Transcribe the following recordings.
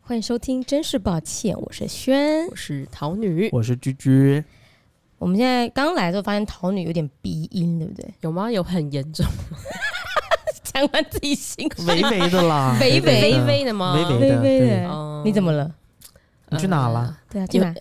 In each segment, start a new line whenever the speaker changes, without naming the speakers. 欢迎收听，真是抱歉，我是轩。
我是桃女，
我是居居，
我们现在刚来的时候发现桃女有点鼻音，对不对？
有吗？ 有很严重，
讲完自己心，
微微的啦嗯
微微
微
微
的
微的吗？
微微
微
的
微
对
的。
哦呃
你怎么？了？
你去哪了？
对啊，进来。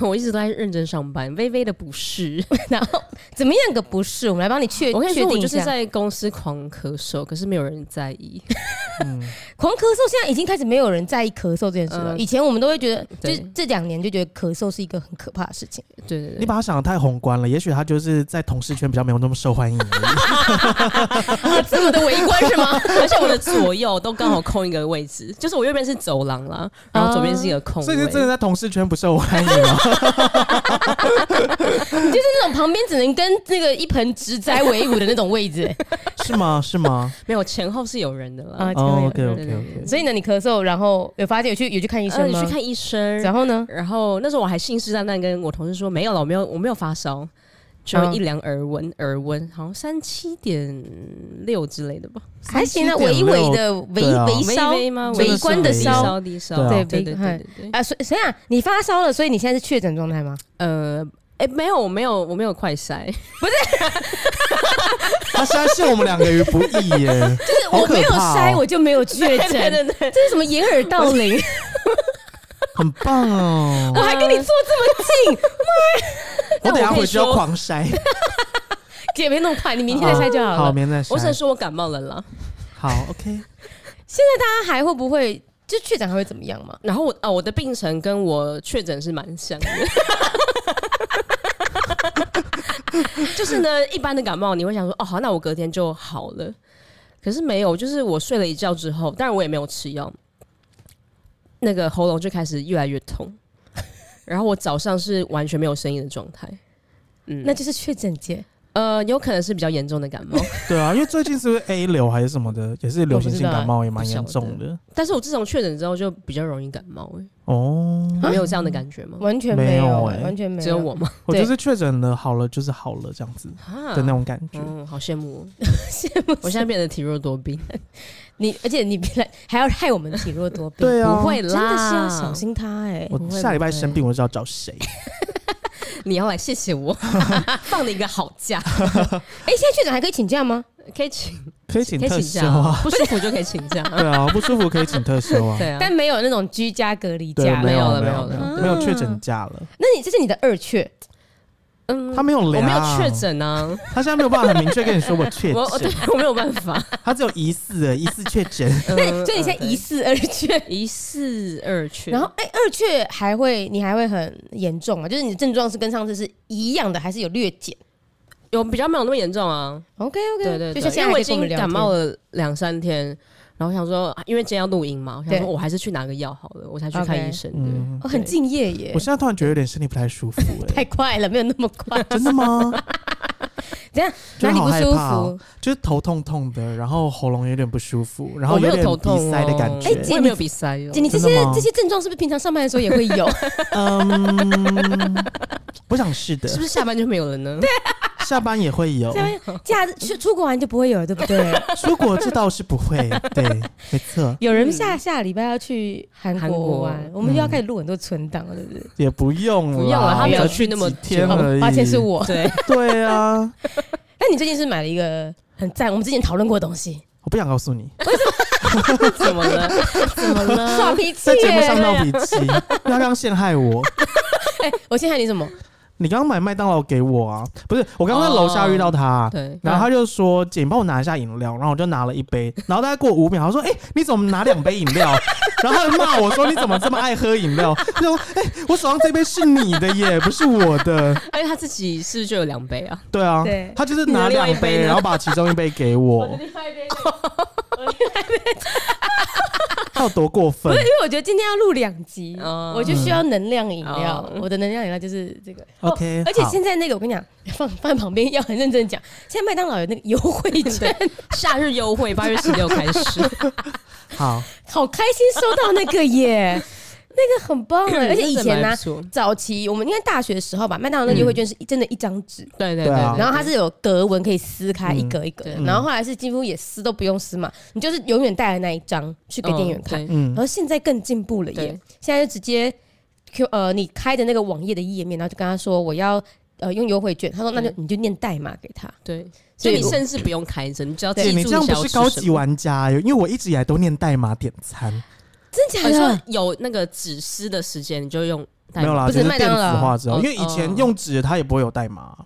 我一直都在认真上班，微微的不适。
然后怎么样个不是？我们来帮你确
我跟你
确
说，我
定一
就是
下。
在公司狂咳嗽，可是没有人在意。
嗯，
狂咳嗽，现在已经开始没有人在意咳嗽这件事了。
嗯
以前我们都会觉得，就
对
是这两年就觉得咳嗽是一个很可怕的事情。
对对
你
对，
把他想的太宏观了，也许他就是在同事圈比较没有那么受欢迎而已。
啊，这么的围观是吗？
而且我的左右 都刚好空一个位置，就是我右边是走廊啦，然后左边是一个空
啊所
位
以。就真的在同事圈不受欢迎吗？
就是那种旁边只能跟那个一盆植栽为伍的那种位 置、
是吗？是吗
没有前后是有人的啦。
哦，OK
对
OK
对
OK，
对
所以呢，你咳嗽，然后有发现有去有去看医
呃
生
你
吗？
去看医生，
然后呢？
然后那时候我还信誓旦旦跟我同事说没有了，我没有我没有发烧，就
嗯
一量耳温，耳温好像三七点六之类的吧，
还行啊，
37.6
微微的微
对啊
微烧
微微吗？
真的
微
是
观的
微
烧
烧
低烧，
对啊
对
对
对对
微
对对对，
啊，所以谁啊？你发烧了，所以你现在是确诊状态吗？
呃。哎、没有，我没有，我没有快筛，
他现在陷我们两个于不义耶，
就是
好
我
可
没有
怕哦
筛，我就没有确诊。
对对对，
这是什么掩耳盗铃？
很棒哦！
我还跟你坐这么近，
我等一下回去
那
要
我可
狂筛，
姐别弄快，你明天再筛就好
好，
了。
明天再
我只能
筛。
说我感冒了啦。
好，OK，
他还会不会就确诊还会怎么样嘛？
然后我啊，我的病程跟我确诊是蛮像的， 就是呢，一般的感冒你会想说，哦，好，那我隔天就好了。可是没有，就是我睡了一觉之后，当然我也没有吃药，那个喉咙就开始越来越痛，然后我早上是完全没有声音的状态。嗯，
那就是确诊姐，
呃，有可能是比较严重的感冒，
对啊，因为最近是不是 A 流还是什么的，也是流行性感冒，也蛮严
我
重
不
的
但是我自从确诊之后就比较容易感冒、欸，
哦。
你没有这样的感觉吗？
完全没有
没有
欸，
欸
完全没有。
只有我吗？
我
对
就是确诊了，好了就是好了这样子
啊
的那种感觉。
嗯，好羡慕哦，
羡慕
我现在变得体弱多病。
你，而且你别来还要害我们体弱多病，
对啊
不会啦，
真的是要小。心他哎。
我
不会
下礼拜
不会
生病，我就知道找谁。
你要来谢谢 我，放了一个好假，
哎，现在确诊还可以请假吗？
可以请，
可以请
可以
特
请
休
假
啊
哦，，不舒服就可以请 假。
对啊，不舒服可以请特休啊。
对啊，
但没有那种居家隔离
对，
假
没有了
没
没有
有
了
没有
啊
确诊假了，
那你这是你的二确，
嗯
他没有
我
量，
没有确，诊 啊，
他现在没有办法很明确跟你说我确
我我对
诊，
我没有办 法。
他只有疑似，疑似确诊，
嗯对，所以你现在疑
一
似二确。
一四二确，
然后，哎、二确还会，你还会很严重啊？就是你的症状是跟上次是一样的，还是有略减
有比较没有那么严重啊？
？OK OK，
对对，
就
对
像现
因
在
为
可
我已
以跟
经
们聊天
感冒了两三天。然后想说，啊因为今天要录音嘛，我想
对
说我还是去拿个药好了，我才去看
OK
医生的。
嗯
哦，，很敬业耶
我，现在突然觉得有点身体不太舒服，
太
哎，
快了，没有那么 快。
真的吗？
怎样？
就
哪里
好
不
害
舒
怕哦
服？
就是头痛痛的，然后喉咙有点不舒服，然后
我没有
点
头
鼻
痛
塞的
哦
感
哎
觉
姐，
我也没有鼻塞哦
姐，。你这
真的
些
吗
这些症状是不是平常上班的时候也会 有？
嗯，我想是的
是，不是下班就没有了呢？对，
下班也会有，
下班假日去出国玩就不会有了，对不对？
出国这倒是不会，对，没错，
有人下下礼拜要去韩
韩
国
国
玩，我们又要开始录很多存档了，对不对？
也 不用啦，
不用了他没有
才
去那么
几嗯天哎
哦
而已，
抱歉，是我。
对，
对啊，
那你最近是买了一个很赞，我们之前讨论过的东 西，
我不想告诉 你，
怎么了？怎么了？
耍脾气
在节目
耶！
上闹脾气，因为 他刚刚陷害我。
哎，我陷害你什么？
你刚刚买麦当劳给我啊？不是，我刚刚在楼下遇到他，
哦对，
然后他就说：“姐，你帮我拿一下饮料。”然后我就拿了一杯， 然后大概过五秒，他说：“哎、你怎么拿两杯饮料？” 然后他就骂我说：“你怎么这么爱喝饮料？”他说：“哎、我手上这杯是你的耶，不是我的。
而且他自己是不是就有两杯啊？”
对啊，
对
他就是
你
拿两
的另外一杯呢
然后把其中一杯给我，他有多过分？
因为我觉得今天要录两集，
哦
我就需要能量饮料。
哦
我的能量饮料就是这个。
OK，
哦而且
哎好
现在那个我跟你讲，放放在旁边要很认真地讲。现在麦当劳有那个优惠券，
夏日优 惠，八月十六开始。
好，
好开心收到那个耶！那个很棒哎、而且以前呢、
真的蛮不错
早期我们应该大学的时候吧，麦当劳那个优惠券是真的一张纸，
对对
对啊
然后它是有格纹可以撕开
嗯
一格一格的，
对
然后后来是几乎也撕都不用撕嘛，你就是永远带着那一张去给店员看。
嗯对
嗯
然，后现在更进步了耶
对，
现在就直接 Q 呃你开的那个网页的页面，然后就跟他说我要呃用优惠券，他说那就你就念代码给他，
对，
所
所
以
以你
我
甚至不用开针，你只要记
姐，
住
你这样
想
不
要
是
吃
高
什
级
么。
玩家耶，因为我一直以来都念代码点餐，
真假
哦你说
的？
有那个指示的时间，你就用代
没有
码
啦，
不
就是是
麦
电
当
子
劳
化之后，
哦
因为以前
哦
用纸它也不会有代码，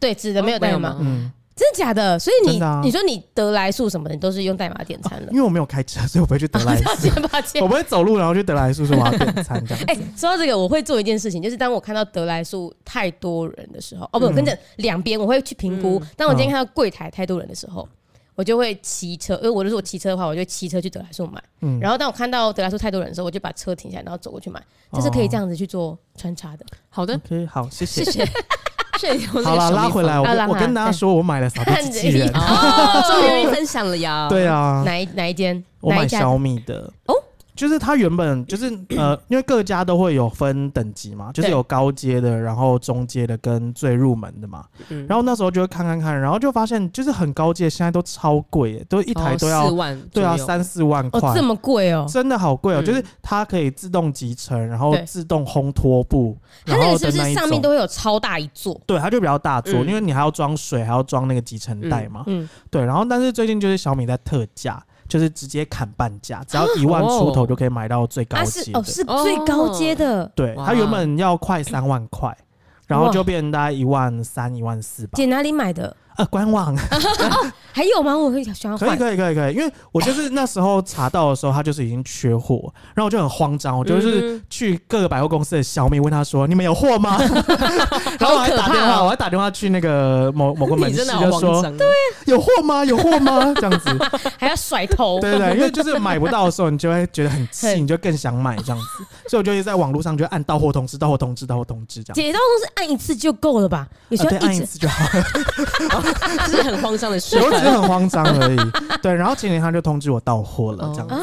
对，指的没有代码，
哦
嗯，
真假的？所以你
真的啊
你说你得来速什么的，你都是用代码点餐了
因。为我没有开车，所以我不会去德莱
抱
斯，
歉抱歉。
我，不会走路然后去德莱斯说我要点餐这样
哎、说到这个，我会做一件事情，就是当我看到得来速太多人的时候，哦不，
嗯
我跟着两边我会去评估。当我今天
嗯
看到柜台太多人的时候，我就会骑车，因为我如果骑车的话，我就骑车去得来速买。
嗯
然后当我看到得来速太多人的时候，我就把车停下来，然后走过去买。这是可以
哦
这样子去做穿插的。
好的，
OK，好，谢
谢
谢。
谢，谢谢。
嗯好啦，拉回来，我
啊拉
跟我
回来
跟大家说，我买了扫地机器人。
哦，终于愿意分享了呀。
对啊，
哪一哪一间？
我
哪
买
一家？
小米的
哦，
就是它原本就是呃， 因为各家都会有分等级嘛，就是
对
有高阶的，然后中阶的跟最入门的嘛。
嗯，
然后那时候就会看看看，然后就发现就是很高阶，现在都超贵耶，都一
一
台都
哦
要、
哦四万，
对啊，三四万块。
哦，这么贵哦。
真的好贵哦！
嗯
就是它可以自动集成，然后
对
自动烘拖布，
它
然
那
后
个是
的
不
那
是
一
上面
种
都，会有超大一座？
对，它就比较大做，
嗯
因为你还要装水，还要装那个集成袋嘛。
嗯，
对，然后但是最近就是小米在特价，就是直接砍半价，只要一万
哦
出头就可以买到最高
啊
级
是
的。哦
哦是最高阶的。
对，
哇
它原本要快三万块，然后就变成大概一万三、一万四吧。
姐哪里买的？
呃，官网
还有吗？我会想要
可以
换。
可以可以可以，因为我就是那时候查到的时候，它就是已经缺货，然后我就很慌张，我就是
嗯
去各个百货公司的小米问他说：“你们有货吗？” 然后我还打电
好可怕
话，
哦
我还打电话去那个某某个门
你
市
真的好
就
慌
说啊
张，对，：“啊
有货吗？有货吗？”这样子，
还要甩头。
对对对，因为就是买不到的时候，你就会觉得很 气，
很
你就更想买这样子，所以我就一直在网络上就按到货通知、到货通知、到货通知这样。
解套都是按一次就够了吧？你需
啊
要
对，按
呃一直
一
啊
次就好了。
这是很慌张的事
我。只是很慌 张而已。对，然后前几天他就通知我到货了，这样子、
啊！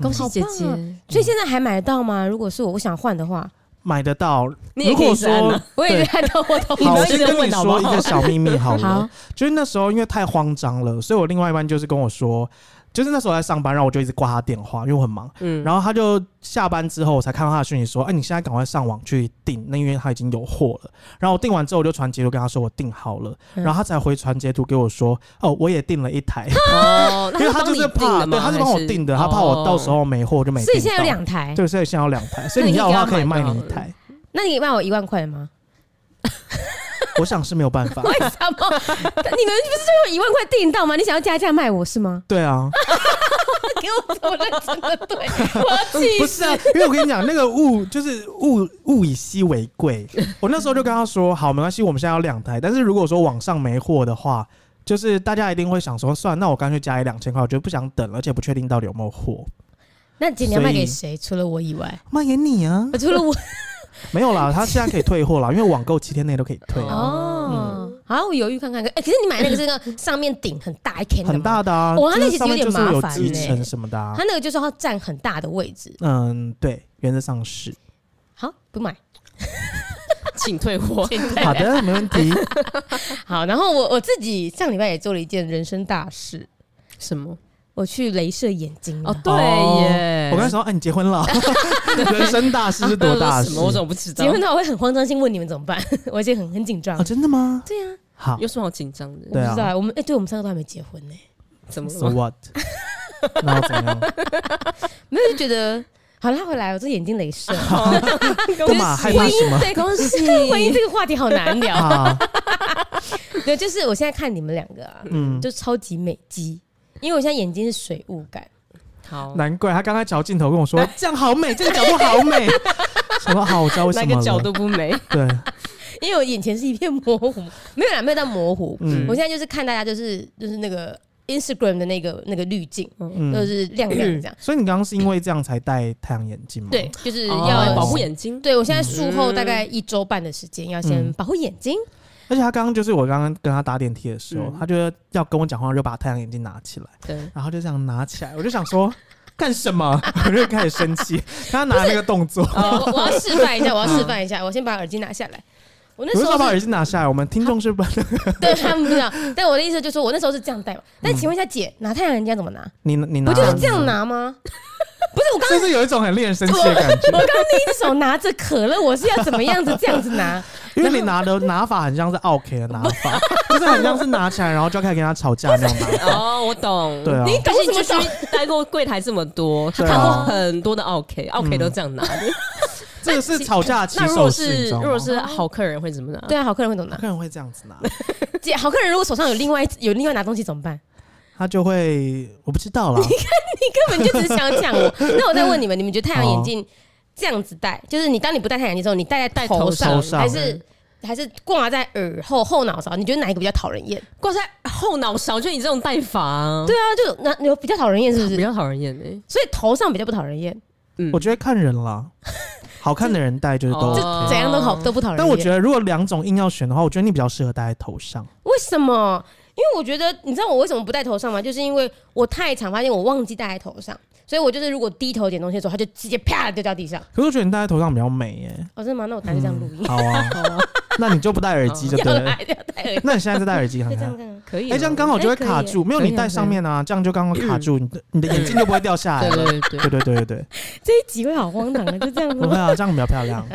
恭喜姐姐
好，棒啊所以现在还买得到吗？如果是我，我想换的话，
买得到。
你也
如
可
果
以是按
说
啊，
我也看到我同
好，我
们
先
一
跟
直
你
问好不
说一
好
个？小秘密好了，
好
就是那时候因为太慌张了，所以我另外一半就是跟我说，就是那时候在上班，然后我就一直挂他电话，因为我很忙。
嗯，
然后他就下班之后，我才看到他的讯息说：“哎、你现在赶快上网去订，那因为他已经有货了。”然后我订完之后，我就传截图跟他说我订好了，
嗯
然后他才回传截图给我说：“哦，我也订了一台。
哦，”
因
那
为
他
就是
帮
怕，
你订的吗
对，他是帮我
还哦
订的，他怕我到时候没货就没订到。
所以现在有两台，
对，所以现在有两台，所
那
以你
你
要的话
给他
可以
买
卖
就好
你一
了
台。
那你卖我一万块吗？
我想是没有办 法。
为什么？你们不是就用一万块订到吗？你想要加价卖我是吗？
对啊，
给我走认真的对，我要
不
气死！
是啊，因为我跟你讲，那个物就是物物以稀为贵。我那时候就跟他说，好，没关系，我们现在有两台，但是如果说网上没货的话，就是大家一定会想说，算，那我干脆加一两千块，我觉得不想等了，而且不确定到底有没有货，
那姐你要
所以
卖给谁？除了我以外，
卖给你啊，
除了我
没有啦，他现在可以退货啦，因为网购七天内都可以退，啊
哦
哦，好，我犹豫看看。哎，可是你买那个是那个上面顶很大一圈的吗
很大，的啊，
哦那
就是
其实
上面
有
就
点
是有
麻烦
集
欸
成什么的、啊
它，那个就是要占很大的位置。
嗯，对，原则 上是
好，不买。
请退货。
好的，没 问题。
好，然后我我自己上礼拜也做了一件人生大事，
什么？
我去镭射眼睛
哦
了，。
对耶，
我刚才说，哎、你结婚 了，人生大事是多大
啊
事？
什么？我怎么不知道？
结婚的话我会很慌张，性问你们怎么办， 我已经很很紧张
啊，。真的吗？
对啊，
好
有什么好紧张的？
我
对
不
啊
知道啊，我们哎，对我们三个都还没结婚呢，
怎么了吗？
So what？那我怎样？
没有就觉得 好拉回来，我这眼睛镭射。
干啊嘛害怕什 么
对，恭喜婚姻这个话题好难聊。
啊？
对，就是我现在看你们两个啊，
嗯，
就超级美肌，因为我现在眼睛是水雾感。
好，
难怪他刚才瞧镜头跟 我说这样好美，这个角度好美。什么好？我知道为
哪
什么
个
了
角度不 美？
对，
因为我眼前是一片模糊，没有啦，没有到模糊。
嗯
我现在就是看大家，就是就是那个 Instagram 的那个那个滤镜， 就
嗯。
是亮亮这样。
所以你刚刚是因为这样才戴太阳眼镜吗？
对，，就是
哦
要
要
保护。眼睛。
对我现在术后大概一周半的时间，要先
嗯
保护眼 睛。
而且他刚刚就是我刚刚跟他打电梯的时候，
嗯
他就要跟我讲话，就把太阳眼镜拿起来，
对，
然后就这样拿起来，我就想说。干 什么？我就开始生气，他拿那个动作，
哦我我要示范一下，我要示范一下，我先把耳机拿下来。我那
我
时
就
候
说把
是
耳机拿下来，我们听众是不？
对他们不知道，但我的意思就是说，我那时候是这样戴嘛。但请问一下姐，拿太阳人家怎么拿？
你你嗯拿嗯
不就是这样拿吗？不是我刚
是不是有一种很令人生气的感觉？
我刚刚那一只手拿着可乐，我是要怎么样子这样子拿？
因为你拿的拿法很像是 OK 的拿法，就是很像是拿起来然后就要开始跟他吵架那种拿法。
哦，我懂。
对啊，
你
但
懂
是你
什
就
么
去
懂？
待过柜台这么多，他
对
看过
啊
很多的 OK，OK、
嗯
都这样拿 的。
这个是吵架的起
那如
手
果
式，你
是
知道
如
吗
果是好客人会怎么拿？
对啊，好客人会懂拿
他。可能会这样子拿，
姐，好客人如果手上有另外一有另外拿东西怎么办？
他就会我不知道啦。
你根本就只是想抢我。那我再问你们，你们觉得太阳眼
哦
镜这样子戴，就是你当你不戴太阳眼镜的时候，你戴在头
戴头
上，
上
还是还是挂在耳后后脑勺？你觉得哪一个比较讨人厌？
挂在后脑勺，就你这种戴法、
嗯
对啊，就那有比较讨人厌是不
啊
比
是？
较讨人厌哎。
所以头上比较不讨人厌，
嗯哦
我觉得看人啦，好看的人戴就是都
这
OK。
就怎样都好都不讨人厌。
啊但我觉得如果两种硬要选的话，我觉得你比较适合戴在头上。
为什么？因为我觉得，你知道我为什么不戴头上吗？就是因为我太常发现我忘记戴在头上，所以我就是如果低头捡东西的时候，它就直接啪丢到地上。
可是我觉得你戴在头上比较美耶。
哦，真的吗？那我打就这样录音，
好啊，那你就不戴耳嗯机就对
要
了
来。要戴 耳机，
那你现在再戴耳机
就
看
这样
看。
看 啊。
可以
哎，
了，
这样刚好就会卡住，没有
可以
你戴上面啊，这样就刚好卡住，你的你的眼镜就不会掉下来
对
了。
对对
对对对 对对，
这一集会好荒唐啊，就这样子
不会
吗。
啊，这样比较漂亮。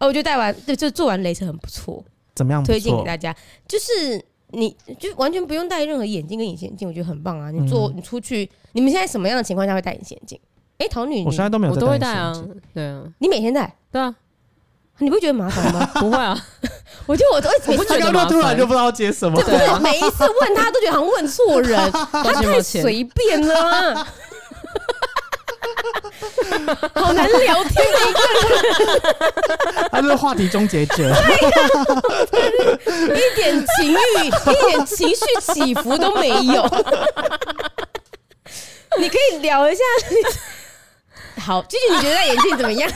哦，我觉得戴完对，就做完雷射很不错，
怎么样？
推
嗯不
荐
错
给大家。就是你就完全不用戴任何眼镜跟隐形眼镜，我觉得很棒啊。你做
嗯
你出去，你们现在什么样的情况下会戴隐形眼镜？哎，桃女，你
我现在都没有
我
在
都会
戴
戴啊
眼镜，
对啊，
你每天戴，
对啊，
你不会觉得麻烦 吗？
不会啊，
我觉得我都
我不
每次
觉得
刚
麻烦
刚就突然就不知道接什么
就。不是每一次问他都觉得好像问错 人，
抱歉抱
太
歉，
随便了啊， 好难聊天欸的一
他就是话题终结 者，
个，一点情欲、一点情绪起伏都没有。 你可以聊一下，好，继续，你觉得戴眼镜怎么样？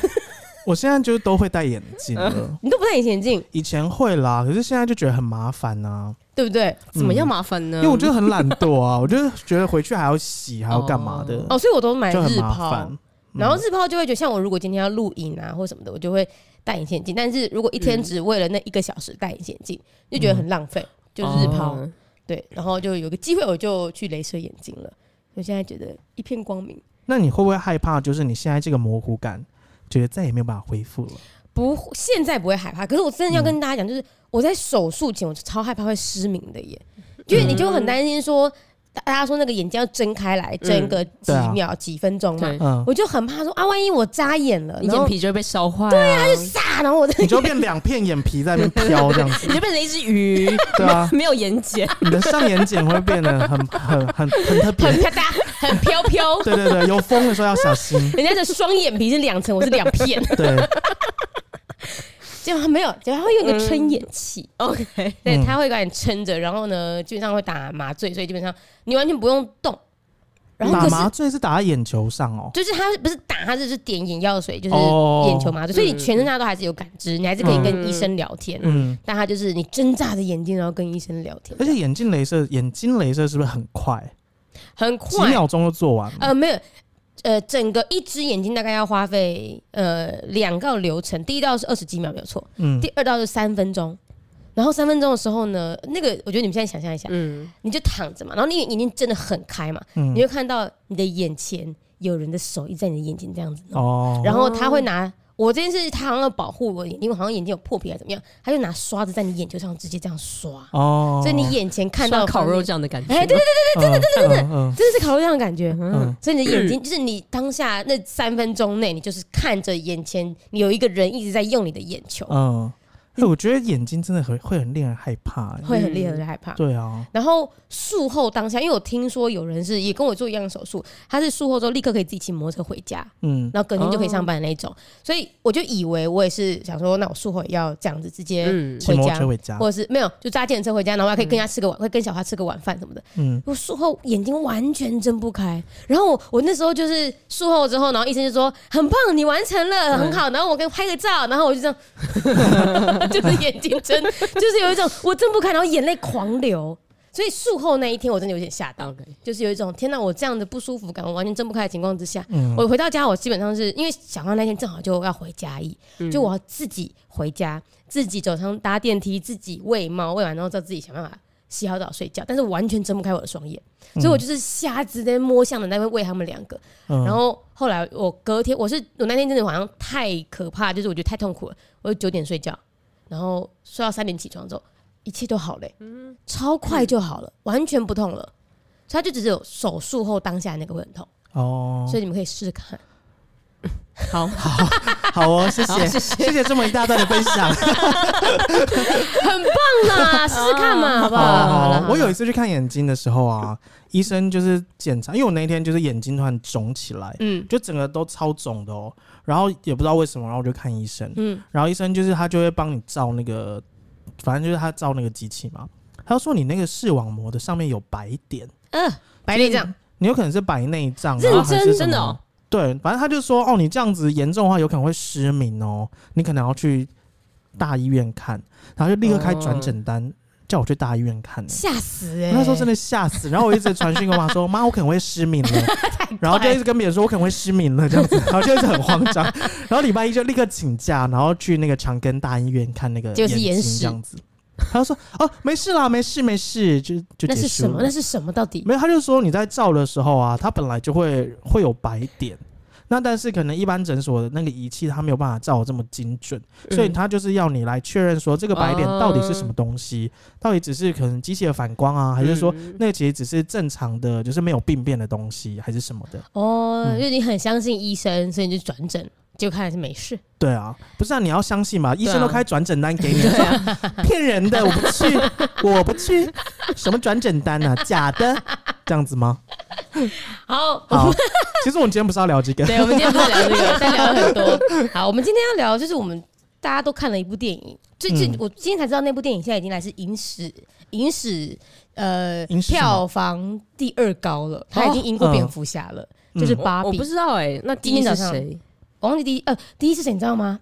我现在就是都会戴眼镜了，
你都不戴隐形眼镜，
以前会啦，可是现在就觉得很麻烦啊，
对不对？
怎么样麻烦
嗯
呢？
嗯因为我就很懒惰啊，我就觉得回去还要洗，还要干嘛的，
哦，所以我都买
就很
日
麻
抛
烦，。嗯
然后日抛就会觉得，像我如果今天要录影啊或什么的，我就会戴隐形眼镜。但是如果一天只为了那一个小时戴隐形眼镜，就觉得很浪费，
嗯
就是日抛。
哦
对，然后就有个机会我就去镭射眼睛了。我现在觉得一片光明，
那你会不会害怕？就是你现在这个模糊感，觉得再也没有办法恢复了？
不，现在不会害怕。可是我真的要跟大家讲，就是我在手术前，我就超害怕会失明的耶，
嗯
因为你就很担心说，大大家说那个眼睛要睁开来，睁个几
对啊
秒、几分钟嘛，
对，
嗯，
我就很怕说啊，万一我眨眼了，
你
然
眼
后
皮就会被烧坏，对啊，就
炸， 然后我的
你就变两片眼皮在那边飘这样 子，
你就变成一只 鱼，
对啊，
没有眼睑，
你的上眼睑会变得很很很很特 别
很，啪嗒，很飘 飘。
对对对，有风的时候要小心，
人家的双眼皮是两层，我是两片，
对。
结果他没有，结果他会用一个撑眼器，
OK，
对，
嗯
他会把你撑着，然后呢，基本上会打麻醉，所以基本上你完全不用动。然后
打
可
麻
是
醉是打在眼球上哦，
就是他不是打，他就是点眼药水，就是
哦
眼球麻醉，所以你全身上下都还是有感知，你还是可以跟
嗯
医生聊天。
嗯，
但他就是你睁炸着眼睛，然后跟医生聊天
而，且眼镜镭射，眼睛镭射是不是很快？
很
几
快。
秒钟就做完了？
呃，没有，呃，整个一只眼睛大概要花费呃两个流程，第一道是二十几秒没有错，
嗯
第，二道是三分钟。然后三分钟的时候呢，那个我觉得你们现在想象一下，
嗯，
你就躺着嘛，然后你眼睛睁得很开嘛，
嗯
你就看到你的眼前有人的手一直在你的眼睛这样子弄，
哦，
然后他会拿我这件事，他好像要保护我的眼睛，因为好像眼睛有破皮还是怎么样，他就拿刷子在你眼球上直接这样刷，
哦，
所以你眼前看
刷
到
烤肉
酱，
酱的感觉，
哎，对对对，
真的真的真的，嗯
真的是烤肉酱的感觉。
嗯，
所以你的眼睛 就是你当下那三分钟内，你就是看着眼前你有一个人一直在用你的眼球，
嗯，哎，我觉得眼睛真的很会很令人害怕，哎
会很厉害的害怕。
对啊，
然后术后当下，因为我听说有人是也跟我做一样的手术，他是术后之后立刻可以自己骑摩托车回家，
嗯，
然后隔天就可以上班的那一种。
哦
所以我就以为我也是想说，那我术后也要这样子直接，
嗯，
骑摩托车回家，
或者是没有就搭电车回家，然后我还可以跟他吃个晚，会跟小花吃个晚饭什么的。
嗯，
我术后眼睛完全睁不开，然后我我那时候就是术后之后，然后医生就说很棒，你完成了，
嗯
很好。然后我跟拍个照，然后我就这样， 就是眼睛睁，就是有一种我睁不开，然后眼泪狂流。所以术后那一天我真的有点吓到，
OK，
就是有一种天哪，我这样的不舒服感，我完全睁不开的情况之下，
嗯，
我回到家，我基本上是因为小康那天正好就要回嘉义，
嗯
就我要自己回家，自己走上搭电梯，自己喂猫，喂完然后再自己想办法洗好澡睡觉，但是完全睁不开我的双眼，所以我就是瞎子在摸象的在喂他们两个，
嗯
然后后来我隔天，我是我那天真的好像太可怕，就是我觉得太痛苦了，我就九点睡觉，然后睡到三点起床之后，一切都好嘞、
嗯
超快就好了，完全不痛了。所以它就只是有手术后当下那个会很痛，
哦
所，以你们可以试试看。
好，
好哦，谢谢，
谢
谢谢这么一大段的分享。
很棒啊啦，试试看嘛，好不
好
好？
好
了好了
我有一次去看眼睛的时候啊，医生就是检查，因为我那一天就是眼睛突然肿起来，
嗯
就整个都超肿的哦，然后也不知道为什么，然后我就看医生，
嗯，
然后医生就是他就会帮你照那个，反正就是他照那个机器嘛，他就说你那个视网膜的上面有白点，
嗯，白内障，
你有可能是白内障，
认
然后还是
真
什
真的
么
哦
对，反正他就说哦，你这样子严重的话有可能会失明哦，你可能要去大医院看，然后就立刻开转诊单。叫我去大医院看、欸，
吓死哎！
我那时候真的吓死，然后我一直传讯跟我妈 说：“妈，我可能会失明了。”然后就一直跟别人说：“我可能会失明了。”这样子，然后就一直很慌张。然后礼拜一就立刻请假，然后去那个长庚大医院看那个
结果是
眼
眼
睛
屎
这样子。他就说：“哦，没事啦，没事，没事，就就
那
结
是
束
什么？那
了。
是什么？到”底
没有，他就说你在照的时候啊，它本来就会会有白点。那但是可能一般诊所的那个仪器它没有办法照得这么精准，
嗯
所以它就是要你来确认说这个白点到底是什么东西，到底只是可能机械的反光啊，还是说
嗯
那个其实只是正常的，就是没有病变的东西，还是什么的？
哦，
嗯
就是你很相信医生，所以你就转诊，结果看来是没事。
对啊，不是啊，你要相信嘛，医生
对啊
都开转诊单给 你，说骗人的，我不去，我不去，什么转诊单啊，假的，这样子吗？
好，
好，其实我们今天不是要聊这个，
对，我们今天不是聊这 个，但聊了很 多。好，我们今天要聊就是我们大家都看了一部电影，最近、
嗯
我今天才知道那部电影现在已经来是影史影史呃
影史什么
票房第二高了，它已经赢过
哦
蝙蝠侠了，就是
嗯
芭
我
比
不。知道哎，那第一
今天早
是
上
谁？
我忘记第一呃第一是谁你知道吗？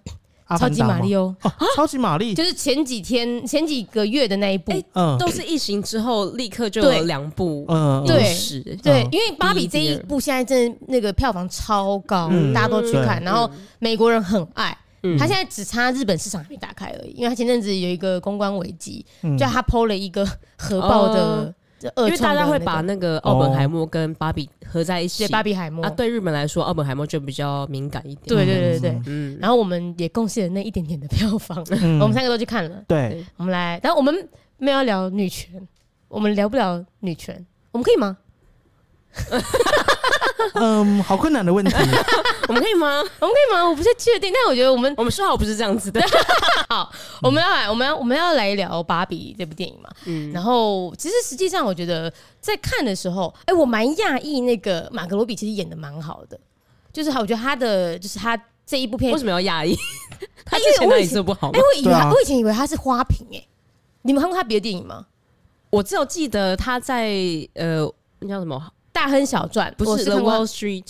阿
超
凡
级
达
马
吗
里奥。
哦，超级玛丽，
啊就是前几天、前几个月的那一部。
哎
嗯
都是疫情之后立刻就
对
有两部
嗯，
对
嗯
影史，
对
嗯，
因为芭比这一部现在真的那个票房超高，
嗯
大家都去看，
对
然后美国人很爱。
嗯
他现在只差日本市场还没打开而已，因为他前阵子有一个公关危机，
嗯
就他剖了一个核爆的
哦
这二
因为
创
大
的那个，
家会把那个奥本海默跟芭比合在一起
对，芭比海默
啊，，对日本来说，奥本海默就比较敏感一点。
对对对对，
嗯，
然后我们也贡献了那一点点的票房，
嗯
我们三个都去看了。
对，
我们来，但我们没有要聊女权，我们聊不了女权，我们可以吗？
嗯，好困难 的问题，
我们可以吗？
我们可以吗？我不太确定，但我觉得我们
我们说好不是这样子的。
好，我们要来，我们要我们要来聊《芭比》这部电影嘛。
嗯
然后，其实实际上，我觉得在看的时候，哎、我蛮讶异那个马格罗比其实演的蛮好的，就是我觉得他的就是他这一部片，
为
哎、
什么要讶异？他之
因为
前哎
我
哪
以
里
前
做不好
我
吗？
以为
对
他、
啊
我以前以为他是花瓶哎、你们看过他别的电影吗？
我只有记得他在呃，那叫什么？
大亨小传
不
我
是
是
The
看过
Wall Street，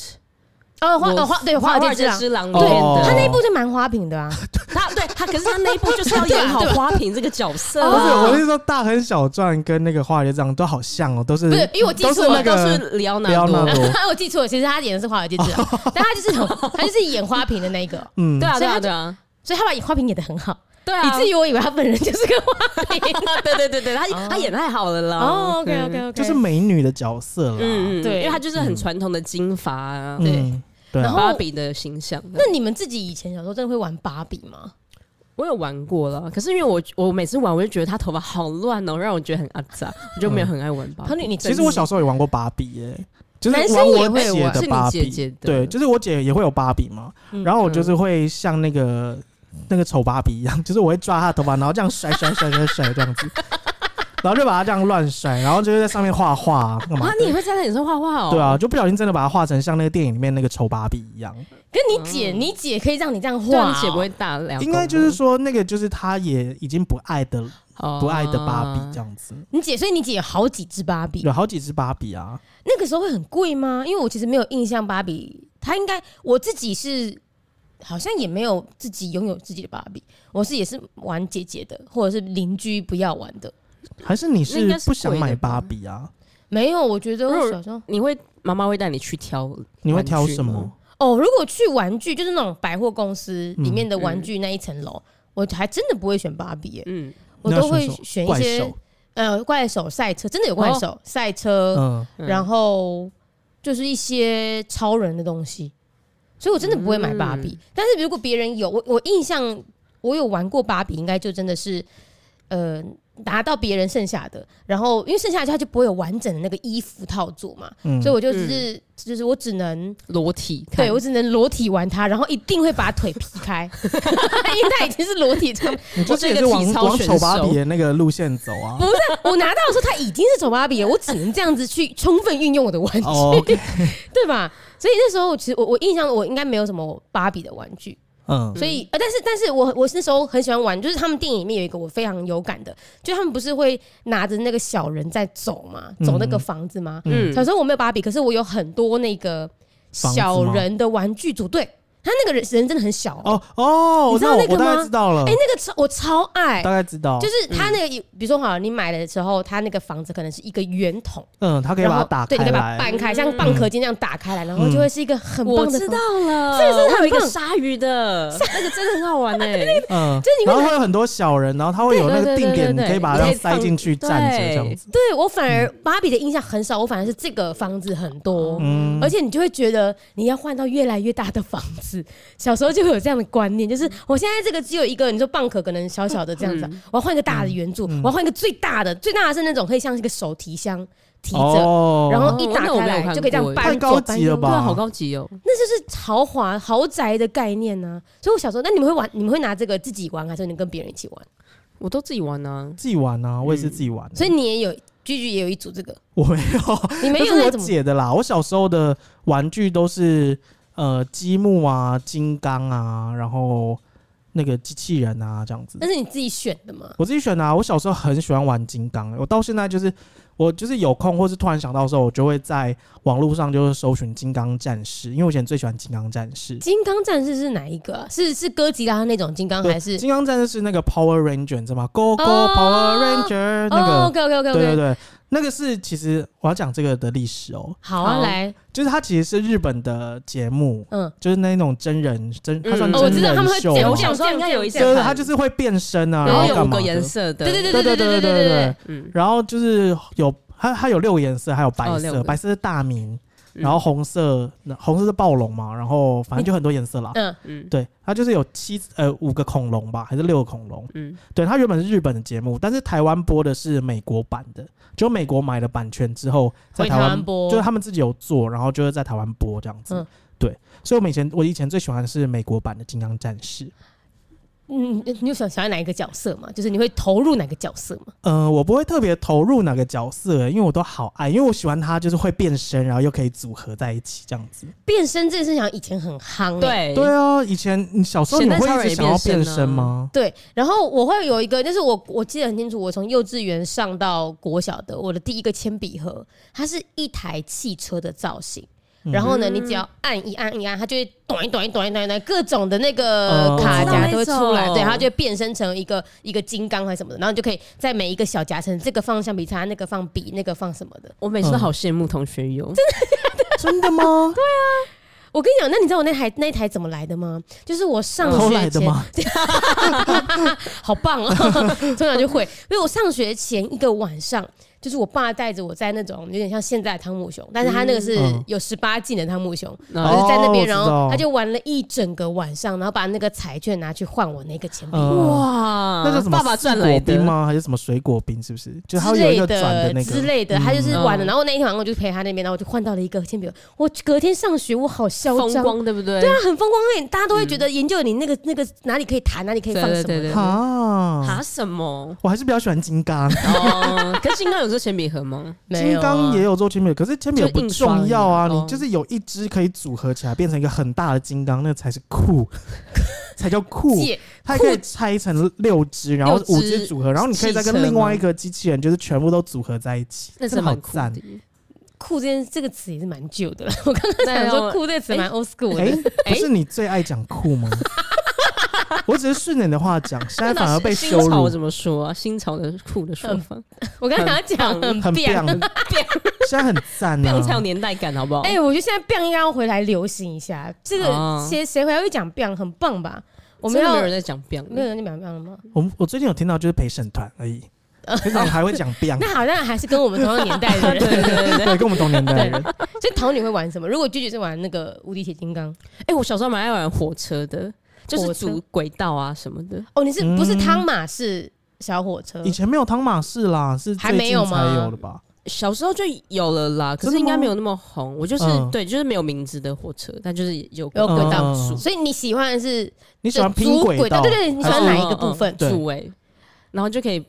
哦，花哦花对华
华
尔
尔
街之
街
狼，
之狼。
哦
对
哦
他那一部就蛮花瓶的啊，
他对他，可是他那一部就是 要演好
对吧
花瓶这个角色
不是，
啊，
哦
我是说大亨小传跟那个华尔街之狼都好像哦，都是
不是因为我记
都
错
是
了
那
都
个哦
是里奥
里
纳
奥纳
多
多。
我记错了，其实他演的是华尔街之 狼，但他就是很他就是演花瓶的那一个，
嗯
对，啊，
所
对
以他就
啊，对啊，
所以他把花瓶演的很好。
对啊，
以至于我以为他本人就是个花瓶。
对对对对，他他演得太好了 啦。
哦，OK
嗯
OK OK，
就是美女的角色啦。
嗯嗯，
对
对，因为他就是很传统的金发啊，
对
嗯对
然
啊，
后
芭比的形象。
那你们自己以前小时候真的会玩芭比吗？
我有玩过了，可是因为我我每次玩，我就觉得他头发好乱哦，让我觉得很阿杂，我就没有很爱玩芭
朋
比。
友，你
其实我小时候也玩过芭比耶，就是
男生
玩
也
我
会
姐
玩
的
是你
芭
姐
比，
姐的
对，就是我姐也会有芭比嘛，然后我就是会像那个那个丑芭比一样， 就是我会抓她的头发，然后这样甩甩甩甩甩这样子，然后就把它这样乱甩，然后就会在上面画画干嘛
啊，？你也会在他脸上画画哦？
对啊，就不小心真的把它画成像那个电影里面那个丑芭比一样。
跟你姐，你姐可以嗯让你这样
对啊，
画，
你姐不会大量，
应该就是说，那个就是她也已经不爱的
哦
不爱的芭比这。样子，
你姐，所以你姐有好几只芭比
有。好几只芭比啊。
那个时候会很贵吗？因为我其实没有印象芭比，她应该我自己是。好像也没有自己拥有自己的芭比，我是也是玩姐姐的，或者是邻居不要玩的。
还是你
那应
是
该是
不想
贵的
买
吧
芭比啊？
没有，我觉得
如
我
果
小时候
你会妈妈会带你去挑，
你会挑
玩具
什么
吗？
哦，如果去玩具，就是那种百货公司
嗯
里面的玩具那一层楼，我还真的不会选芭比、耶
嗯，
我
那
都会选
选什么
一
怪
些
兽，
呃怪手赛车，真的有怪
哦
手赛、车，
嗯，
嗯
然后就是一些超人的东西，所以我真的不会买芭比。但是如果别人有，我我印象我有玩过芭比，应该就真的是呃拿到别人剩下的，然后因为剩下的它就不会有完整的那个衣服套组嘛，
嗯
所以我就只是、就是我只能
裸体看，
对我只能裸体玩它，然后一定会把腿劈 开，因为它已经是裸体这样。
你就是也
我
是
是一个
往
体操
往
选
丑芭
手
比的那个路线走啊
不。我拿到的时候，它已经是走芭比了，我只能这样子去充分运用我的玩具。
哦，
对吧？所以那时候其实我我印象我应该没有什么芭比的玩具，
嗯，
所以呃， 但是但是我我那时候很喜欢玩，就是他们电影里面有一个我非常有感的，就他们不是会拿着那个小人在走嘛，
嗯
走那个房子吗？
嗯
小时候我没有芭比，可是我有很多那个小
房子吗
人的玩具组队，他那个人人真的很小哦，
哦哦，
你
我
知
知
道
道，
那个
我大
吗
概知道了
哎、，那个超我超爱
大。概知道，
就是他那个，比如说好了，你买的时候，他那个房子可能是一个圆筒，
嗯，他可以
然
把
后
它打
对，你
开
可以把它
来，嗯
掰开，像蚌壳金那样打开来，然后就会是一个很棒
我
的房
知道了，
是不是很
我有一个
棒
鲨鱼的，那个真的很好玩哎、
嗯，
就是你会
然后会有很多小人，然后他会有那个
对对
定
对
点，你
对
可以
对
把
你
它
可以
塞进
放
去站着
对
这样子，
对我反而芭比的印象很少，我反而是这个房子很多，
嗯，
而且你就会觉得你要换到越来越大的房子。小时候就会有这样的观念，就是我现在这个只有一个，你说蚌壳可能小小的这样
嗯
子啊，我要换一个大的圆柱，我要换一个最大的，最大的是那种可以像一个手提箱提着。
哦，
然后一打
哦那
开
我没有
来
看
就可以这样
过耶
搬
太高
左搬
级了
右
吧
对啊，好高级哦、
那就是豪华豪宅的概念呢、所以我小时候，那你们会玩，你们会拿这个自己玩，还是你们跟别人一起玩？
嗯
我都自己玩呢、
自己玩啊，我也是自己玩，
嗯所以你也有，居居也有一组这个，
我没有，
你没
这
有
是我
那怎么？
姐的啦。我小时候的玩具都是呃积木啊、金刚啊，然后那个机器人啊这样子
那。是你自己选的吗？
我自己选的、啊，我小时候很喜欢玩金刚，我到现在就是我就是有空或是突然想到的时候，我就会在网络上就是搜寻金刚战士，因为我以前最喜欢金刚战士。
金刚战士是哪一个啊、是是哥吉拉那种金刚
对
还是？
金刚战士是那个 Power Ranger，你知道吗？Go Go Power Ranger、那个，
哦，OK OK OK
对对
OK，
对，那个是其实我要讲这个的历史哦，
好啊，
好
来，
就是它其实是日本的节目，
嗯，
就是那种真人真，它算
嗯
哦，我
真
知道他们会
人秀
剪，
样
嘛，
我
我小
想
时候
说
应该有一
这
些
样这
对对，
样
它就是会变身啊，
对
然后
有
干
五
嘛
个
的
颜色的，
对对
对对对对对对，
嗯，
然后就是有它它有六个颜色，还有白
哦六
色，
个
白色是大明，
嗯
然后红色红色是暴龙嘛，然后反正就很多颜色啦。
嗯，
嗯
对，它就是有七呃五个恐龙吧，还是六个恐龙？
嗯，
对，它原本是日本的节目，但是台湾播的是美国版的，就美国买了版权之后，在
回
台
台
湾
湾播
就是他们自己有做，然后就是在台湾播这样子。
嗯
对，所以我们以前我以前最喜欢的是美国版的《金刚战士》。
嗯，你有想想要哪一个角色吗？就是你会投入哪个角色吗？
呃，我不会特别投入哪个角色、因为我都好爱，因为我喜欢他就是会变身，然后又可以组合在一起这样子。
变身这件事情好像以前很夯、欸，
对
对啊，以前你小时候你
现
们
在超
会
人
一直
也
想要
变
变
身
身
啊
吗？
对，然后我会有一个，就是我我记得很清楚，我从幼稚园上到国小的，我的第一个铅笔盒，它是一台汽车的造型。
嗯
然后呢，你只要按一按一按，它就会短一短一短一短一短，各种的那个
哦
卡夹都会
我知道
出来，
那种
对，它就会变身成一个一个金刚还是什么的，然后你就可以在每一个小夹层，这个放橡皮擦，那个放笔，那个放什么的。
我每次都好羡慕同学有，
嗯真的吗？
我跟你讲，那你知道我那台那一台怎么来的吗？就是啊我上
偷
学
来的
前，
吗？
好棒哦， 从小就会。因为我上学前一个晚上，就是我爸带着我在那种有点像现在的汤姆熊，但是他那个是
嗯
有十八禁的汤姆熊，
嗯
我就在那边，
哦
然
我知道
后他就玩了一整个晚上，然后把那个彩券拿去换我那个钱币。
嗯
哇
那叫什么
呃哦爸爸赚来
水果
的
冰？吗？还是什么水果冰？是不是？就它
之
会有一
类
个
的
转的那个
之类的，他就是玩了。
嗯
然后那一天晚上我就陪他那边，然后我就换到了一个铅笔盒。我隔天上学，我好嚣
风
张，
光对不对？
对啊，很风光哎！大家都会觉得研究你那个那个哪里可以弹，哪里可以放什么
对
的。
对对对，
啊
啊，什 么？
我还是比较喜欢金刚。
哦，可是金刚有这铅笔盒吗？
没有
金
啊
刚也有做铅笔，可是铅笔也不重要啊，
就印刷而已
你就是有一只可以组合起来变成一个很大的金刚，那才是酷，才叫酷。
借
它可以拆成六只，然后
六只
五只组合，然后你可以再跟
汽车吗
另外一个机器人就是全部都组合在一起，
那
真的好
蛮酷
赞
的。。
酷这件这个词也是蛮旧的了。我刚刚
对
想
啊
说酷这个词蛮 old school 的，
哎，不是你最爱讲酷吗？我只是顺着你的话讲，现在反而被羞
新潮
辱嗯
怎。么说啊？新潮的酷的说法，
我刚刚想讲
很
变，
棒， 现在很赞
这样才有
啊！
年代感，好不好？
哎、我觉得现在 biang 应该要回来流行一下，这
哦
个谁谁回来会讲 biang 很棒吧？我
我
们
们
要
没有人在讲 b
没有人讲 biang 了吗？
我我最近有听到就是陪审团哎而已，
嗯
可是你还会讲 biang，
那好像还是跟我们同样年代的人。
对，跟我们同年代的人，
所以桃女会玩什么？如果拒绝是玩那个无敌铁金刚，
哎、我小时候蛮爱玩火车的，就是组轨道啊什么的。
哦，你是
嗯
不是汤马是小火车？
以前没有汤马士啦，是
还
最
没有
近才
吗
有的吧？
小时候就有了啦，可
真
是
的吗
应该没有那么红。我就是、
嗯
对，就是没有名字的火车，但就是有轨
有轨道
道组
所以你喜欢的是
你喜欢拼
主
轨
轨道？
道？哎
对对，对你喜欢
还是
哪一个部分？
对
组哎，然后就可以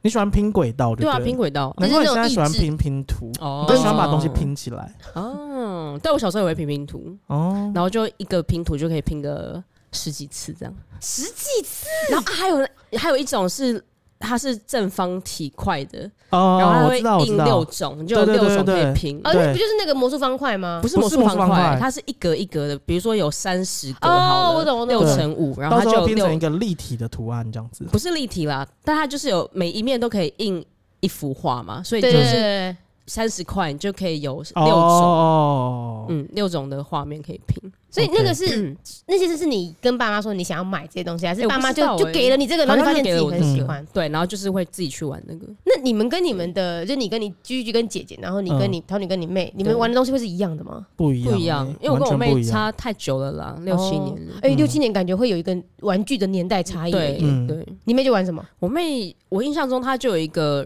你喜欢拼轨道，
对啊
不
拼轨道
那
难怪你
就是那
现
种
在喜欢
益智
拼拼图，
哦
你就喜欢把东西拼起来
哦。但我小时候也会拼拼图，
哦。
然后就一个拼图就可以拼个十几次这样。
十几次
然后还有还有一种是它是正方体块的，然后
哦，
它
我
会
知道，我
印
知
六
道，
种，就有六种可以拼。
哦，
对
那不就是那个魔术方块吗
不？是
不
魔
是
术
魔术
方
方块
块，它是一格一格的，比如说有三十格
哦
好了，
我懂我懂
六
对
乘五，然后它
到时
就
候
有
变成一
六，
个立体的图案这样子。
不是立体啦，但它就是有每一面都可以印一幅画嘛，所以就
对对对
是
对，
三十块你就可以有
哦
六种，
哦，哦
嗯，六种的画面可以拼。
所以那个
OK
是
嗯，
那些是你跟爸妈说你想要买这些东西，还是
哎我
爸妈
不知
就
道
就
哎
给了你这个，然后
好像
你发现
就给
自己
了我
很
这
喜
个
欢？
对，然后就是会自己去玩那个，
那你们跟你们的，就你跟你居居跟姐姐，然后你跟你桃女跟你妹，你们
对
玩的东西会是一样的吗？
不一样，
不一样
欸，
因为我跟我
完全不
妹
一样
差太久了啦，六七年了
哦，哎，
嗯
六七年感觉会有一个玩具的年代差异。
对
嗯
对。
你妹就玩什么？
我妹，我印象中她就有一个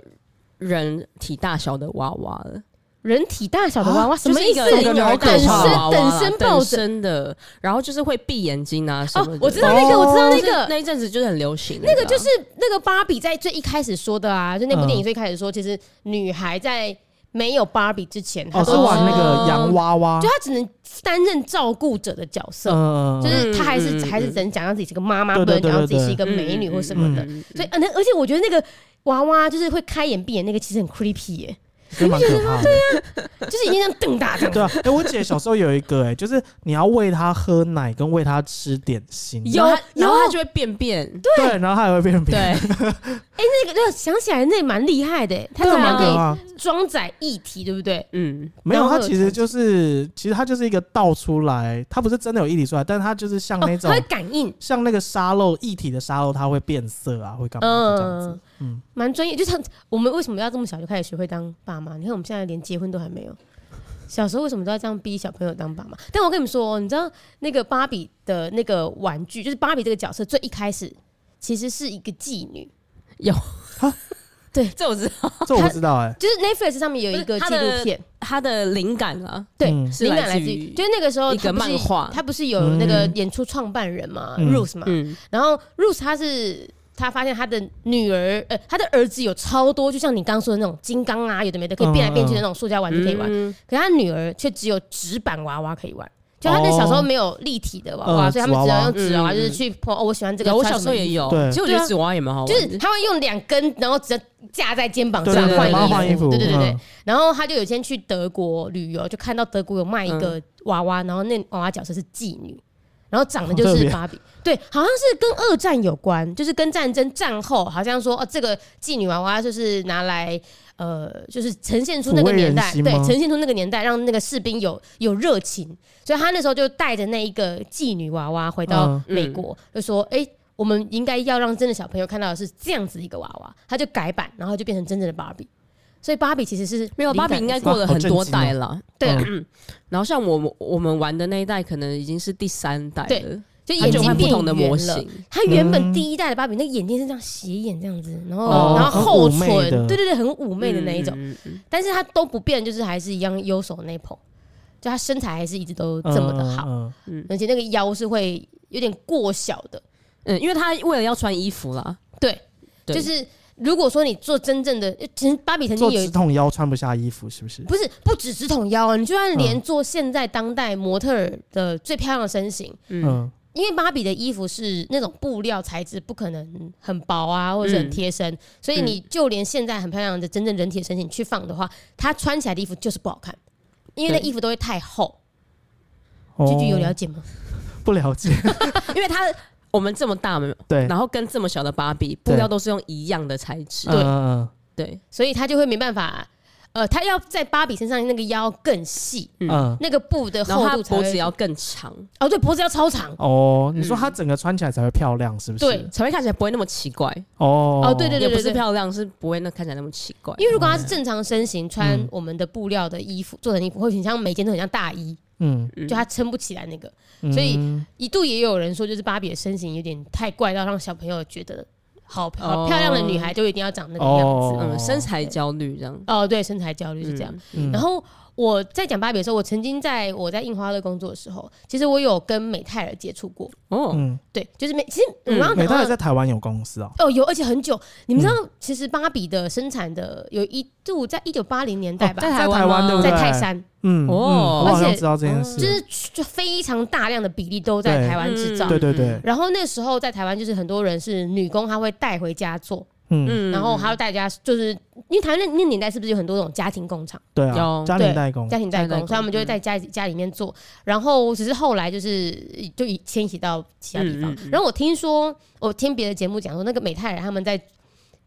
人体大小的娃娃了，
人体大小的娃娃，什么
就是
意
一
思啊
个？
这个
婴儿
好可
等身
怕
娃娃啦
等身抱
等
枕
身的，然后就是会闭眼睛啊什么
哦，
的。
我知道那个，
哦
我知道那
那个
个，啊
那一阵子就是很流行，
那个就是那个芭比在最一开始说的啊，就那部电影最开始说，其实女孩在没有芭比之前，她
哦，
都
是玩那个洋娃娃
就，她只能担任照顾者的角色，
嗯，
就是她还是
嗯嗯嗯
还是只能讲让自己是个妈妈，
对
不
对
能
对
讲让自己
对对
是一个美女或什么的。
嗯
所以，呃那而且我觉得那个娃娃就是会开眼闭眼，那个其实很 creepy 耶，
就蛮可怕的。
啊就是已经这样瞪大这样。
对啊，哎，我姐小时候有一个，哎，就是你要喂她喝奶跟喂她吃点心，
然后她
有
然后它就会便便，
对，然后她还会变变，
对，
那个那个想起来那也蛮厉害的耶，它
对
怎
啊
么
对
可
啊，
以装载液体，对不对？
嗯，
没有，
然后有
它其
弹
实就是，其实它就是一个倒出来，它不是真的有液体出来，但它就是像
哦
那，
它
种、
会感应，
像那个沙漏液体的沙漏，它会变色啊，会干嘛的这样子。
嗯，蛮专业。就是我们为什么要这么小就开始学会当爸妈？你看我们现在连结婚都还没有，小时候为什么都要这样逼小朋友当爸妈？但我跟你们说哦，你知道那个芭比的那个玩具，就是芭比这个角色最一开始其实是一个妓女，
有
啊。
对
这我知道，
嗯
这我不知道哎、
就是 Netflix 上面有一个纪
不是它的
录片，
它的灵感啊，
对，
嗯
是
灵感
来
来
自
自
于
于，就是那个时候
一个
他不是
漫画
他不是有那个
嗯
演出创办人嘛、
嗯
r o s e 嘛，
嗯，
然后 Rose 他是他发现他的女儿，呃，他的儿子有超多，就像你刚说的那种金刚啊，有的没的可以变来变去的那种塑胶玩具可以玩，
嗯
可他女儿却只有纸板娃娃可以玩。就他那小时候没有立体的娃娃，
哦
所以他们只能用
哦嗯纸
纸娃
娃娃
娃，
嗯
就是去碰哦，我喜欢这个。
有我
穿
小
什
时
么
候也
衣服，
有，
对
其实我觉
对
得
啊
纸娃娃也蛮好玩
就
的，
是他会用两根，然后只架在肩膀
对
上
对对，
换衣服
帮她换衣服，
对对对对
嗯，
然后他就有一天去德国旅游，就看到德国有卖一个
嗯
娃娃，然后那娃娃角色是妓女，然后长得就
好特
是
别
芭比，对，好像是跟二战有关，就是跟战争战后，好像说哦，这个妓女娃娃就是拿来。呃，就是呈现出那个年代，
抚慰人心
对，
吗
呈现出那个年代，让那个士兵有有热情，所以他那时候就带着那一个妓女娃娃回到
嗯
美国，就说：“哎、我们应该要让真的小朋友看到的是这样子一个娃娃。”他就改版，然后就变成真正的芭比。所以芭比其实是
没有
灵感
芭比应该
来自
过了很多代了，
对
嗯
啊
然后像我们我们玩的那一代，可能已经是第三代
对
了，
就
它
眼
就
睛
换不
变
同的模
圆了。
型。
他原本
嗯
第一代的芭比那个眼睛是这样斜眼这样子，然后、
哦
然后厚唇
很妩媚，的
对对对，很妩媚的那一种。
嗯，嗯嗯
但是他都不变，就是还是一样优手那捧，就他身材还是一直都这么的好，
嗯
而且那个腰是会有点过小的。
嗯，因为他为了要穿衣服啦，
对，
对
就是如果说你做真正的，其实芭比曾
做
经有
直筒腰穿不下衣服是不是？
不是不止直筒腰啊，你就
嗯
算连做现在当代模特儿的最漂亮的身形，
嗯，
因为芭比的衣服是那种布料材质，不可能很薄啊，或者是
嗯
很贴身，所以你就连现在很漂亮的真正人体的身形去放的话，她穿起来的衣服就是不好看，因为那
对
衣服都会太厚。
哦
句句有了解吗？
不了解？
因为他我们这么大嘛，
对，
然后跟这么小的芭比布料都是用一样的材质，
嗯嗯
对，
所以他就会没办法，呃，他要在芭比身上那个腰更细，
嗯嗯，
那个布的
然后
厚
它
度才
脖子
会
要更长，
哦，对，脖子要超长。
哦，你说它整个穿起来才会漂亮，是不是？
对，
才会看起来不会那么奇怪，
哦，
哦对对
也不是漂亮，是不会那看起来那么奇怪。
因为如果他是正常身形，穿
嗯
我们的布料的衣服做成衣服，会很像每件都很像大衣，
嗯，
嗯
就他撑不起来那个。
嗯，
所以一度也有人说，就是芭比的身形有点太怪到让小朋友觉得好好
哦
漂亮的女孩就一定要长那个样子。
哦
嗯，身材焦虑这样，
哦，对，身材焦虑是这样。
嗯
然后我在讲芭比的时候，我曾经在我在印花乐工作的时候，其实我有跟美泰尔接触过。
哦，
嗯，
对，就是美，其实我刚刚
美泰
讲
尔
到
在嗯台湾有公司哦，
哦，有，而且很久。你们知道，其实芭比的生产的有一度在一九八零年代吧，
在
哦在台湾
湾
对不
吗
对
在泰山，
嗯，嗯
哦
我好
而
像
且
知道这件
就
事，
是就非常大量的比例都在
对
台湾
嗯
制造。
对对对，
然后那时候在台湾，就是很多人是女工，她会带回家做，
嗯
嗯，
然后还有大家就是因为台湾那那年代是不是有很多那种家庭工厂、
对啊，
有
家庭代工，
家庭代
哦
工，
家庭代工嗯
所以他们就会在家家里面做。然后只是后来就是就移迁徙到其他地方
嗯嗯。嗯
然后我听说，我听别的节目讲说，那个美泰人他们在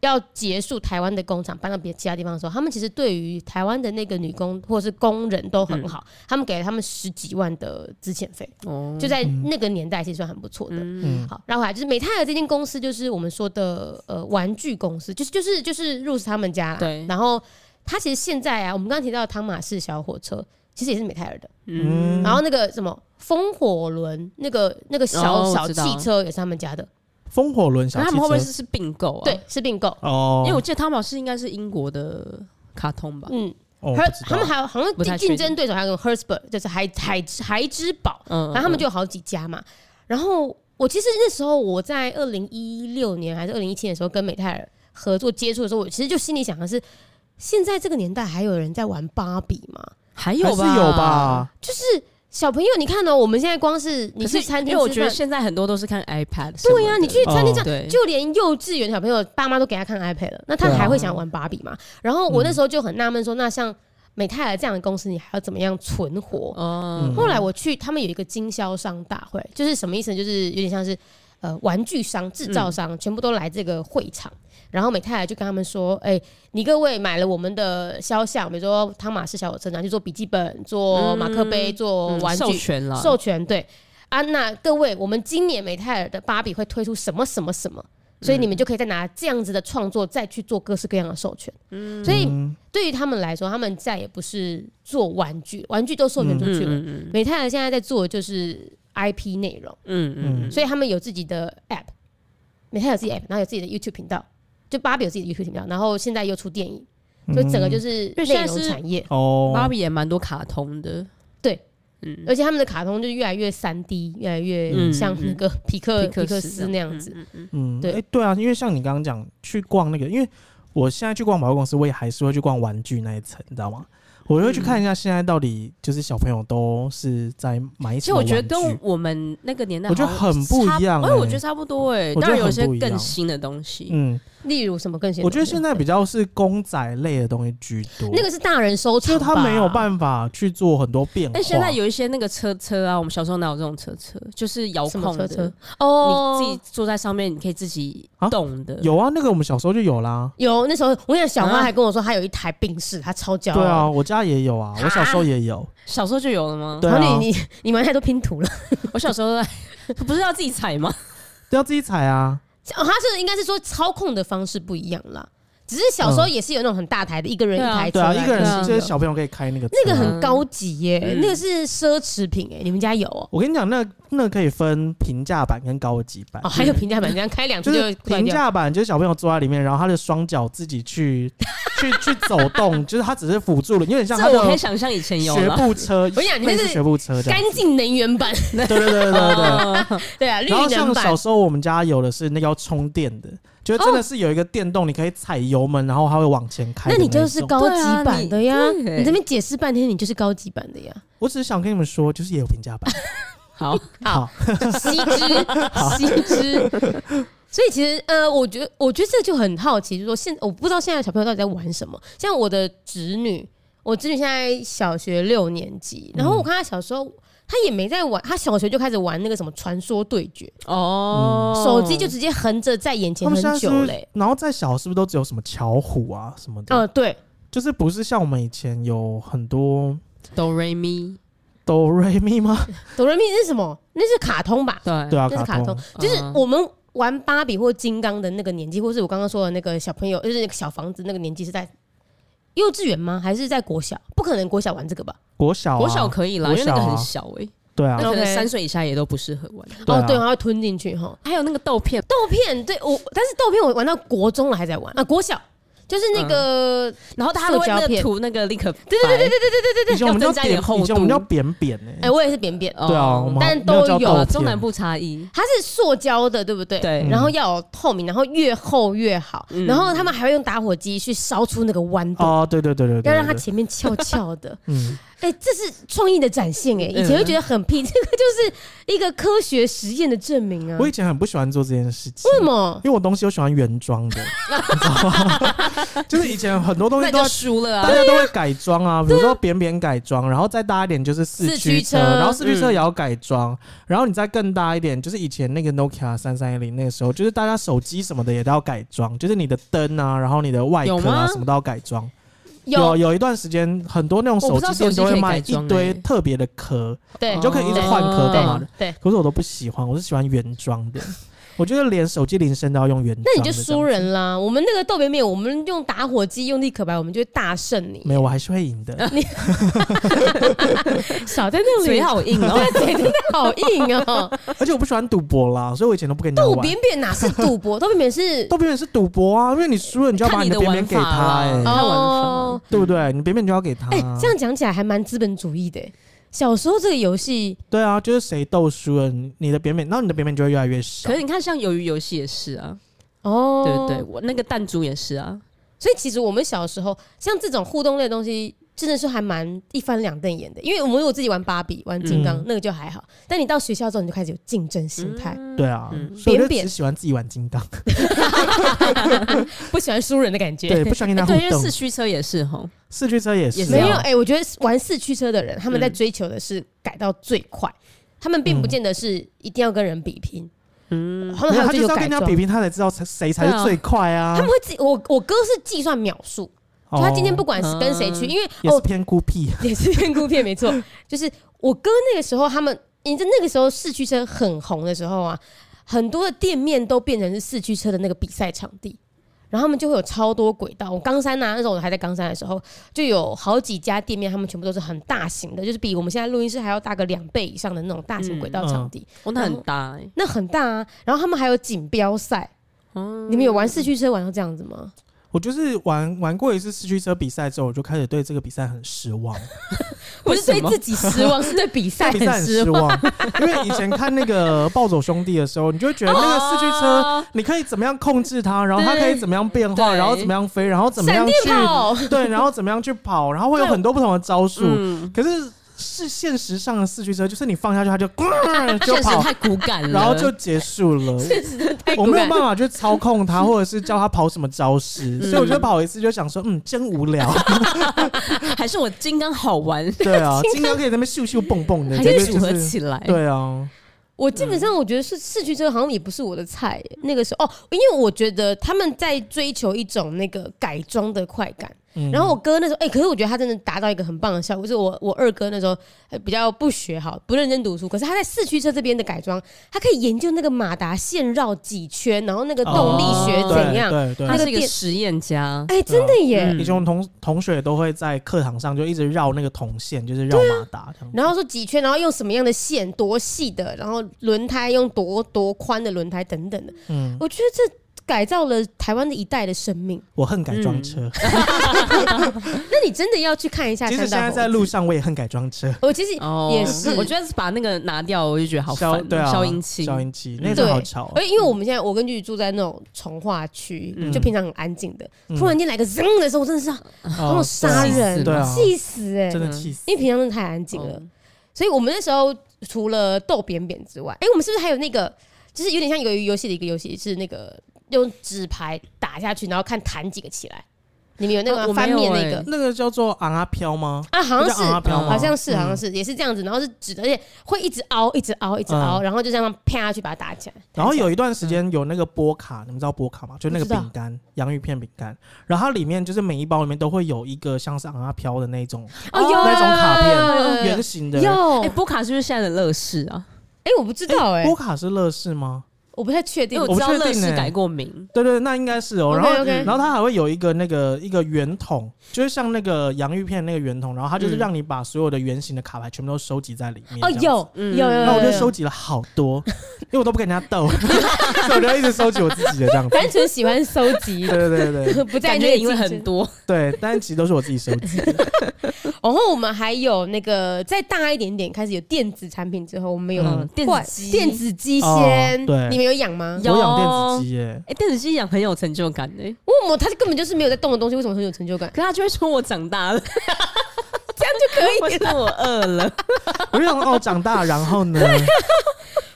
要结束台湾的工厂搬到别其他地方的时候，他们其实对于台湾的那个女工或是工人都很好，他们给了他们十几万的资遣费，
嗯哦
就在那个年代其实算很不错的。
嗯
嗯
好，然后还就是美泰尔这间公司，就是我们说的呃玩具公司，就是就是就是入 o 他们家啦。
对
然后他其实现在啊，我们刚刚提到的汤马士小火车，其实也是美泰尔的。
嗯，
然后那个什么风火轮，那个那个小、
哦
小
我知道
汽车也是他们家的，
风火轮小
那他
汽
们会不会
车，
是是并购啊？
对，，是并购。
哦，
因为我记得汤姆士应该是英国的卡通吧，
嗯，
哦
还有
不知道
他们还有好
不
像
太
竞
确定
争对手还有个 Herzberg，就是海海海之宝，
嗯，
然后他们就有好几家嘛。然后我其实那时候我在二零一六年还是二零一七年的时候跟美泰尔合作接触的时候，我其实就心里想的是，现在这个年代还有人在玩芭比吗？
还
还
有
是
吧，
有吧，
就是小朋友，你看呢、我们现在光是你
可是
去餐厅
因为我
吃
觉得
饭，
现在很多都是看 iPad，
对呀、你去餐厅
哦
这样。
对，
就连幼稚园小朋友爸妈都给他看 iPad 了，那他
对啊
还会想玩芭比吗？然后我那时候就很纳闷说，那像美泰尔这样的公司，你还要怎么样存活？
哦
后来我去，他们有一个经销商大会，就是什么意思呢？就是有点像是呃玩具商、制造商、
嗯
全部都来这个会场，然后美泰来就跟他们说：“哎、你各位买了我们的肖像，比如说汤马士小火车，拿去做笔记本、做马克杯、做
嗯
玩具、
授权了，
授权对啊，那各位，我们今年美泰尔的芭比会推出什么什么什么，
嗯
所以你们就可以再拿这样子的创作再去做各式各样的授权。所以
嗯
嗯
对于他们来说，他们再也不是做玩具，玩具都授权出去了。
嗯嗯
美泰尔现在在做的就是 IP 内容，
嗯嗯，
所以他们有自己的 App，美泰尔有自己的 App，然后有自己的 YouTube 频道，就芭比有自己的 YouTube 频道，然后现在又出电影，所以整个就是
为现
内
在
容
是
产业，
嗯哦，
芭比也蛮多卡通的，
对，
嗯，
而且他们的卡通就越来越三 D，越来越
嗯
像那个皮克
皮克
皮克
斯
斯那样子。
嗯，
对
诶对啊，因为像你刚刚讲去逛那个，因为我现在去逛百货公司，我也还是会去逛玩具那一层，你知道吗？我会去看一下现在到底就是小朋友都是在买
其实
什么
我
玩具。
觉得跟我们那个年代
我觉得
好像
很不一样
差
欸
哎，我觉得差不多哎，
我觉得
当然有些
很不一样
更新的东西，
嗯，
例如什么更新？
我觉得现在比较是公仔类的东西居多，
那个是大人收藏
就是
吧，
他没有办法去做很多变化。
但现在有一些那个车车啊，我们小时候哪有这种车车，就是遥
什么
控
车
的，
车
你
哦，
自己坐在上面，你可以自己
啊
动的，
有啊，那个我们小时候就有啦。
有那时候，我跟你讲小花
啊
还跟我说，她有一台病逝，她超骄傲。
对啊，我家也有啊，我小时候也有。
小时候就有了吗？
对
然后
啊
哦你，你你玩太多拼图了，
我小时候在 不是要自己踩吗？
都要自己踩啊。
哦，他是应该是说操控的方式不一样啦，只是小时候也是有那种很大台的，一个人一
对啊
台车
嗯对啊，
来的，
一个人
啊
就是小朋友可以开那个车啊。
那个很高级耶，
嗯
那个是奢侈品哎，你们家有哦？
我跟你讲，那那可以分平价版跟高级版
哦，。还有平价版，这样开两
就
次
是
就坏
平
掉。
价版，就是小朋友坐在里面，然后他的双脚自己去 去去走动，就是他只是辅助了，有点像他
这我可以
的
想象以前有
学
了。
步 车，
啊跟你讲你
类
这
似
是
学步车这样
干。净能源版，
对对对对对对。
嗯
对啊，绿
然后
能
像
版
小，时候我们家有的是那个要充电的，就是真的是有一个电动，你可以踩油门，然后它会往前开
那
的
你
种。
就是高
对啊
级版的呀
你。对
你这边解释半天，你就是高级版的呀。
我只是想跟你们说，就是也有平价版。
啊
好，
好，吸之吸之。所以其实呃，我觉得我觉得这就很好奇，就是说现我不知道现在小朋友到底在玩什么。像我的侄女，我侄女现在小学六年级，然后我看她小时候，他也没在玩，他小学就开始玩那个什么传说对决，
哦，
手机就直接横着在眼前
他们现在
很
是
久
不是
嘞、
然后再小是不是都只有什么巧虎啊什么的？
嗯，对，
就是不是像我们以前有很多
哆瑞咪，
哆瑞咪吗？
哆瑞咪是什么？那是卡通吧？
对
对啊，
那是卡
卡
通，就是
嗯
我们玩芭比或金刚的那个年纪，或是我刚刚说的那个小朋友，就是那个小房子那个年纪是在幼稚园吗？还是在国小？不可能国小玩这个吧？
国小、啊，
国小可以啦，因为那个
国小啊
很小哎，
对啊
那，可能
OK
三岁以下也都不适合玩。
对啊
哦，对，然后吞进去哈。
还有那个豆片，
豆片，对我，但是豆片我玩到国中了还在玩啊，国小就是
嗯
那个，
然后它
塑
会
胶
那个
片
涂那个立刻，
对对对对对对对对
以前我们
要
叫
增加一点
扁，
厚
以前我们
度
叫扁扁呢、
对，哎，我也是扁扁，
哦
对啊，我们
但
好没有
都有
叫
有
豆片
中南部差异，
它是塑胶的，对不对？
对，
然后要有透明，然后越厚越好。
嗯
然后他们还会用打火机去烧出那个弯度，
哦，对对对对对，
要让它
对
前面翘翘的。
嗯，
哎、这是创意的展现哎、以前会觉得很屁，这个就是一个科学实验的证明啊。
我
为
以前很不喜欢做这件事情，
什么？
因为我东西都喜欢原装的， 你知道吗？ 就是以前很多东
那你
西都要
就输了
大
啊。
家都会改装啊，比如说扁扁改装，然后再大一点就是四驱
四驱车
然后四驱车
嗯
也要改装，然后你再更大一点，就是以前那个 Nokia 三三一零那个时候，就是大家手机什么的也都要改装，就是你的灯啊，然后你的外
有
壳
吗
啊什么都要改装。有
有
有一段时间，很多那种
我不
手
知道
机店
手机
都
可
会
以
卖
改装
一堆
欸哦
特别的壳，
对
你就可以一直换壳干嘛的
对。对，
可是我都不喜欢，我是喜欢原 装的。我觉得连手机铃声都要用原装的
那
这
你
样子。
就输人啦。我们那个豆扁面，我们用打火机用力可白，我们就会大胜你。
没有，我还是会 赢的。
少在那
嘴
里，
好硬哦，
对，真的好硬哦、
而且我不喜欢赌博啦，所以我以前都不跟人家
豆
玩。
扁扁哪是赌博？豆扁扁是
豆扁扁是赌博啊，因为你输了，你就要把
看你
的
的
扁
玩
扁给
法
他、
啦，
欸，
哦
看玩法，
对不对？你扁扁就要给他。
哎、这样讲起来还蛮资本主义的欸、小时候这个游戏，
对啊，就是谁斗输了，你你的扁扁，然后你的扁扁就会越来越少
可。是你看，像鱿鱼游戏也是啊，
哦，
对不对，我那个弹珠也是啊，
所以其实我们小时候像这种互动类的东西，真的是还蛮一翻两瞪眼的。因为我们有自己玩芭比、玩金刚，
嗯
那个就还好。但你到学校之后，你就开始有竞争心态，
嗯
对啊，
嗯
所以我就
扁扁
只喜欢自己玩金刚，
不喜欢输人的感觉。
对，不喜欢跟
哎
他互
对，因为
动
四。驱车也是吼，
四驱车也是、
也
啊，
是
没有
啊
哎、我觉得玩四驱车的人，他们在
嗯
追求的是改到最快，他们并不见得是一定要跟人比拼，
嗯，
他们
没
还
有他
追求
就是要跟
改
人家
装
比。拼，他才知道才谁才
对
是
啊
最快啊哦
他。们会自己，我我哥是计算秒数，就他今天不哦管是跟谁去，
嗯
因为
也
哦
是偏孤僻，
也是偏孤片，没错。就是我哥那个时候，他们你在那个时候四驱车很红的时候啊，很多的店面都变成是四驱车的那个比赛场地，然后他们就会有超多轨道。我冈山呐、啊那时候我还在冈山的时候，就有好几家店面，他们全部都是很大型的，就是比我们现在录音室还要大个两倍以上的那种大型轨道场地，
哦，那很大哎，
那很大啊。然后他们还有锦标赛，
嗯
你们有玩四驱车玩到这样子吗？
我就是玩玩过一次四驱车比赛之后，我就开始对这个比赛很失望。
不
为
是
什
对
么
自己失望，是对比 赛
比赛
很
很
失
失
望。
望，因为以前看那个《暴走兄弟》的时候，你就会觉得
啊
那个四驱车，
哦
你可以怎么样控制它，然后它可以怎么样变化，
对
然后怎么样飞，然后怎么
闪
样
电
去
跑，
对，然后怎么样去跑，然后会有很多不同的招数。
嗯，
可是是现实上的四驱车，就是你放下去它就 就
确实
跑，
太骨感了，
然后就结束 了。
太
我
果
没有
然
办法去操控它，或者是教它跑什么招式，所以我
嗯
就跑一次就想说，嗯，真无 聊。
还是我金刚好玩，
对 啊，金刚可以在那边咻咻蹦蹦的，
还
觉
是
得
组
就
合
是
起来，
对啊，
我基本上我觉得是四驱车好像也不是我的菜耶、那个时候哦，因为我觉得他们在追求一种那个改装的快感。
嗯
然后我哥那时候，哎、可是我觉得他真的达到一个很棒的效果，就是我我二哥那时候呃比较不学好，不认真读书，可是他在四驱车这边的改装，他可以研究那个马达线绕几圈，然后那个动力学
哦
怎样。
对对
他
对，
是一个实验家，
哎、真的耶！
嗯
以前我们同同学都会在课堂上就一直绕那个铜线，就是绕马达这样子。
然后说几圈，然后用什么样的线，多细的，然后轮胎用多多宽的轮胎等等的，
嗯，
我觉得这改造了台湾的一代的生命。
我恨改装车，
那你真的要去看一下
嗯其实
三道
现在
猴
在
子。
路嗯上我也恨改装车。
我其实
哦，
也是
我觉得把那个拿掉，我就 觉得好烦
消
哦，
对啊，
消音器，嗯
消音器那个
对
好吵啊。
而因为我们现在我跟剧住在那种从化区，
嗯
就平常很安静的，
嗯
突然间来个扔的时候，我真的是要
哦
好想杀
对啊
人，
对啊
气死哎、
真的气死。
因为平常真的太安静了，
嗯
所以我们那时候除了逗扁扁之外，哎、我们是不是还有那个，就是有点像有游戏的一个游戏，是那个用纸牌打下去，然后看弹几个起来。你们有那
呃
个
我
翻面
没有
那个
欸
那个叫做昂阿飘吗？
啊，好像
那叫昂阿
是，
飘吗？
好像是，
嗯
好像是，也是这样子，然后是直的，而且会一直凹，一直凹，一
嗯
直凹，然后就这样啪下去把它打起来。
然后有一段时间有那个波卡，你们知道波卡吗？就那个
我知道
饼干，洋芋片饼干。然后它里面就是每一包里面都会有一个像是昂阿飘的那种
哦，有
那种卡
有有
片，
有
圆形的。
有，
哎，波卡是不是现在的乐事啊？
哎，我不知道
哎，
哎
波，卡是乐事吗？
我不太确
因
定
为知
我不
道
确定
乐事
欸
改过名，
对对，那应该是哦。然后
OK，OK
然后它还会有一个那个一个圆筒，就是像那个洋芋片那个圆筒，然后它就是
嗯
让你把所有的圆形的卡牌全部都收集在里面。
哦，
这样子。
有有有有，
然后我就
有
收集了好多，因为我都不跟人家斗，所以我就一直收集我自己的这样子。
单纯喜欢收集
对，对对对对
不在
感
那
觉
个
赢了
竞争
很多。
对，但其实都是我自己收集的。
然后哦我们还有那个再大一点点开始有电子产品之后，我们有
嗯
电子
怪
机
电子机
哦
先，
对
你们有养吗？
有
我养电子机耶，
哎，电子机养很有成就感哎，
为什么他根本就是没有在动的东西，为什么很有成就感？
可是他就会说我长大 了，
这样就可以
或是我饿了。
我就想哦，长大然后呢？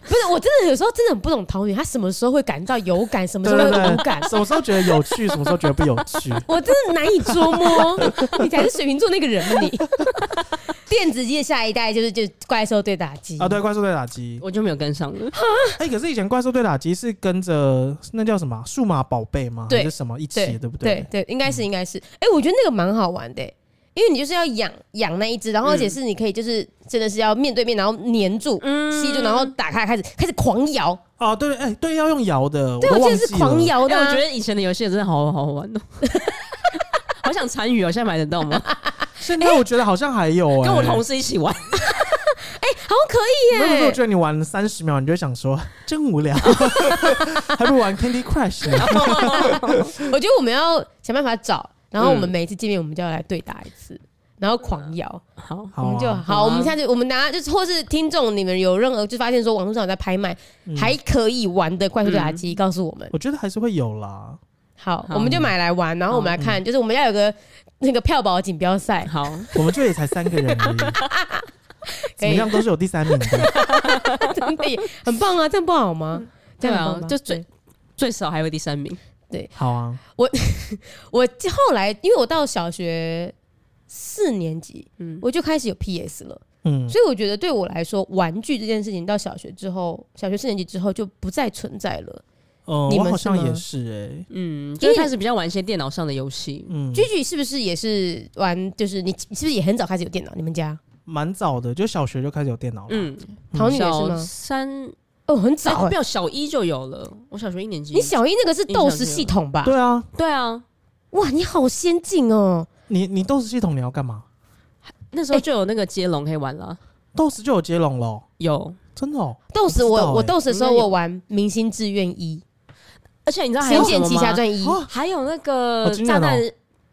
不是，我真的有时候真的很不懂桃女，她什么时候会感到有感，什么
对
时候
对
会无感
对，，什么时候觉得有趣，什么时候觉得不有趣？
我真的难以捉摸。你才是水瓶座那个人吧你？电子机的下一代就是就是怪兽对打机
啊，对，，怪兽对打机。
我就没有跟上了。
哎，可是以前怪兽对打机是跟着那叫什么啊数码宝贝吗？
对
还是什么一起，
对
对不
对？对，应该是应该是。哎，我觉得那个蛮好玩的。因为你就是要养养那一只，然后而
嗯
且是你可以就是真的是要面对面，然后粘住、
嗯
吸住，然
哎
后打开开始开始狂摇。
哦，对，哎，对，要用摇的，
对，
都
我记
忘
得是
记
狂
了。
摇
但
的、
我
啊。
觉得以前的游戏真的好好好玩哦， 好想参与哦，现在买得到吗？
现在我觉得好像还有哎，
跟我同事一起 玩，
好像可以
那
耶、
可是我觉得你玩了三十秒，你就会想说 真无 聊，还不如玩 Candy Crush
嗯
呢。嗯
我觉得我们要想办法找，然后我们
嗯
每一次见面，我们就要来对打一次，然后狂摇，
好，
好
我们就
啊，
哦好。
好啊
我们下次我们拿就是或是听众你们有任何就发现说网络上有在拍卖、
嗯
还可以玩的怪兽对打机，告诉我们。
我觉得还是会有啦。
好，
嗯好
我们就买来玩，然后我们来看，就是我们要有个那个票宝锦标 赛，
好，
我们这也才三个人 而已，怎么样都是有第三名的。
真的耶很棒啊！这样不好吗？这
对
样很
啊
棒，吧
就最最少还有第三名，
好啊，
我后来，因为我到小学四年级，
嗯
我就开始有 PS 了。
嗯，
所以我觉得对我来说，玩具这件事情到小学之后，小学四年级之后就不再存在了。
哦，
你们
我好
是
像
吗
也是哎，
嗯，就是开始比较玩一些电脑上的游戏。
嗯，
居居是不是也是玩？就是你是不是也很早开始有电脑？你们家
蛮早的，就小学就开始有电脑了。
嗯，
桃女也是
小
吗？
三
哦，很早
哎
哎、
没有小一就有了，我小学一年级。
你小一那个是斗士系统吧？
对啊，
对啊，
哇，你好先进哦！
你你 DOS 系统你要干嘛
那时候就有那个接龙可以玩了，
？DOS 就有接龙了，
有。
真的哦。
斗士
我不知
欸
我
道哎
我斗士的时候
应该有
我玩《明星志愿一
而且你知》道
《
还有
仙
什
剑
么
奇侠
吗？
传一》，
啊
还有那
好
个
惊人
炸
哦
弹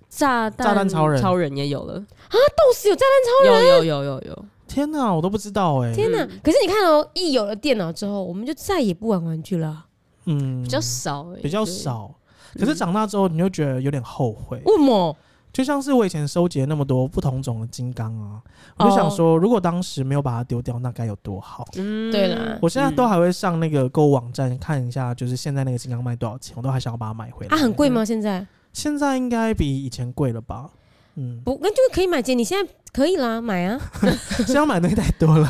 炸弹
炸弹超人
超人也有了，
斗士有炸弹
有有有有有。
天哪，我都不知道哎。
天哪！
嗯
可是你看哦，一有了电脑之后，我们就再也不玩玩具了。啊
嗯，
比较少、欸，
比较
对。嗯
少。可是长大之后，你就觉得有点后悔。
为什么？
就像是我以前收集了那么多不同种的金刚啊，我就想说，如果当时没有把它丢掉，那该有多好。
哦嗯
对啦
我现在都还会上那个购物网站看一下，就是现在那个金刚卖多少钱，我都还想要把它买回来。
啊，很贵吗？现在？
现在应该比以前贵了吧？嗯，
不，那就可以买姐，你现在可以啦，买 啊。
现在买的东西太多了，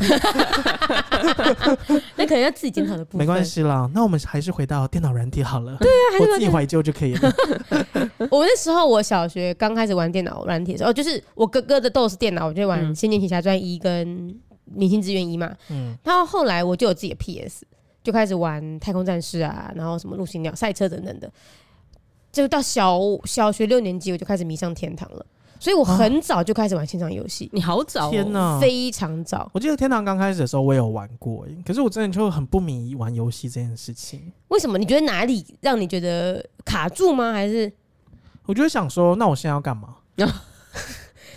那可能要自己检讨的部分。
没关，系啦。那我们还是回到电脑软体好了。对啊，我自己怀旧就可以 了。
我那时候我小学刚开始玩电脑软体的时候，哦就是我哥哥的 DOS 电脑，我就玩《
嗯
仙剑奇侠传一》跟《明星志愿一》嘛。
嗯，
然后后来我就有自己的 PS，就开始玩太空战士啊，然后什么陆行鸟赛车等等的。就到小小学六年级，我就开始迷上天堂了，所以我
哦
很早就开始玩线上游戏，
你好早、哦，
天哪！
非常早。
我记得天堂刚开始的时候，我也有玩过耶，可是我真的就很不迷玩游戏这件事情。
为什么？你觉得哪里让你觉得卡住吗？还是
我就会想说，那我现在要干嘛？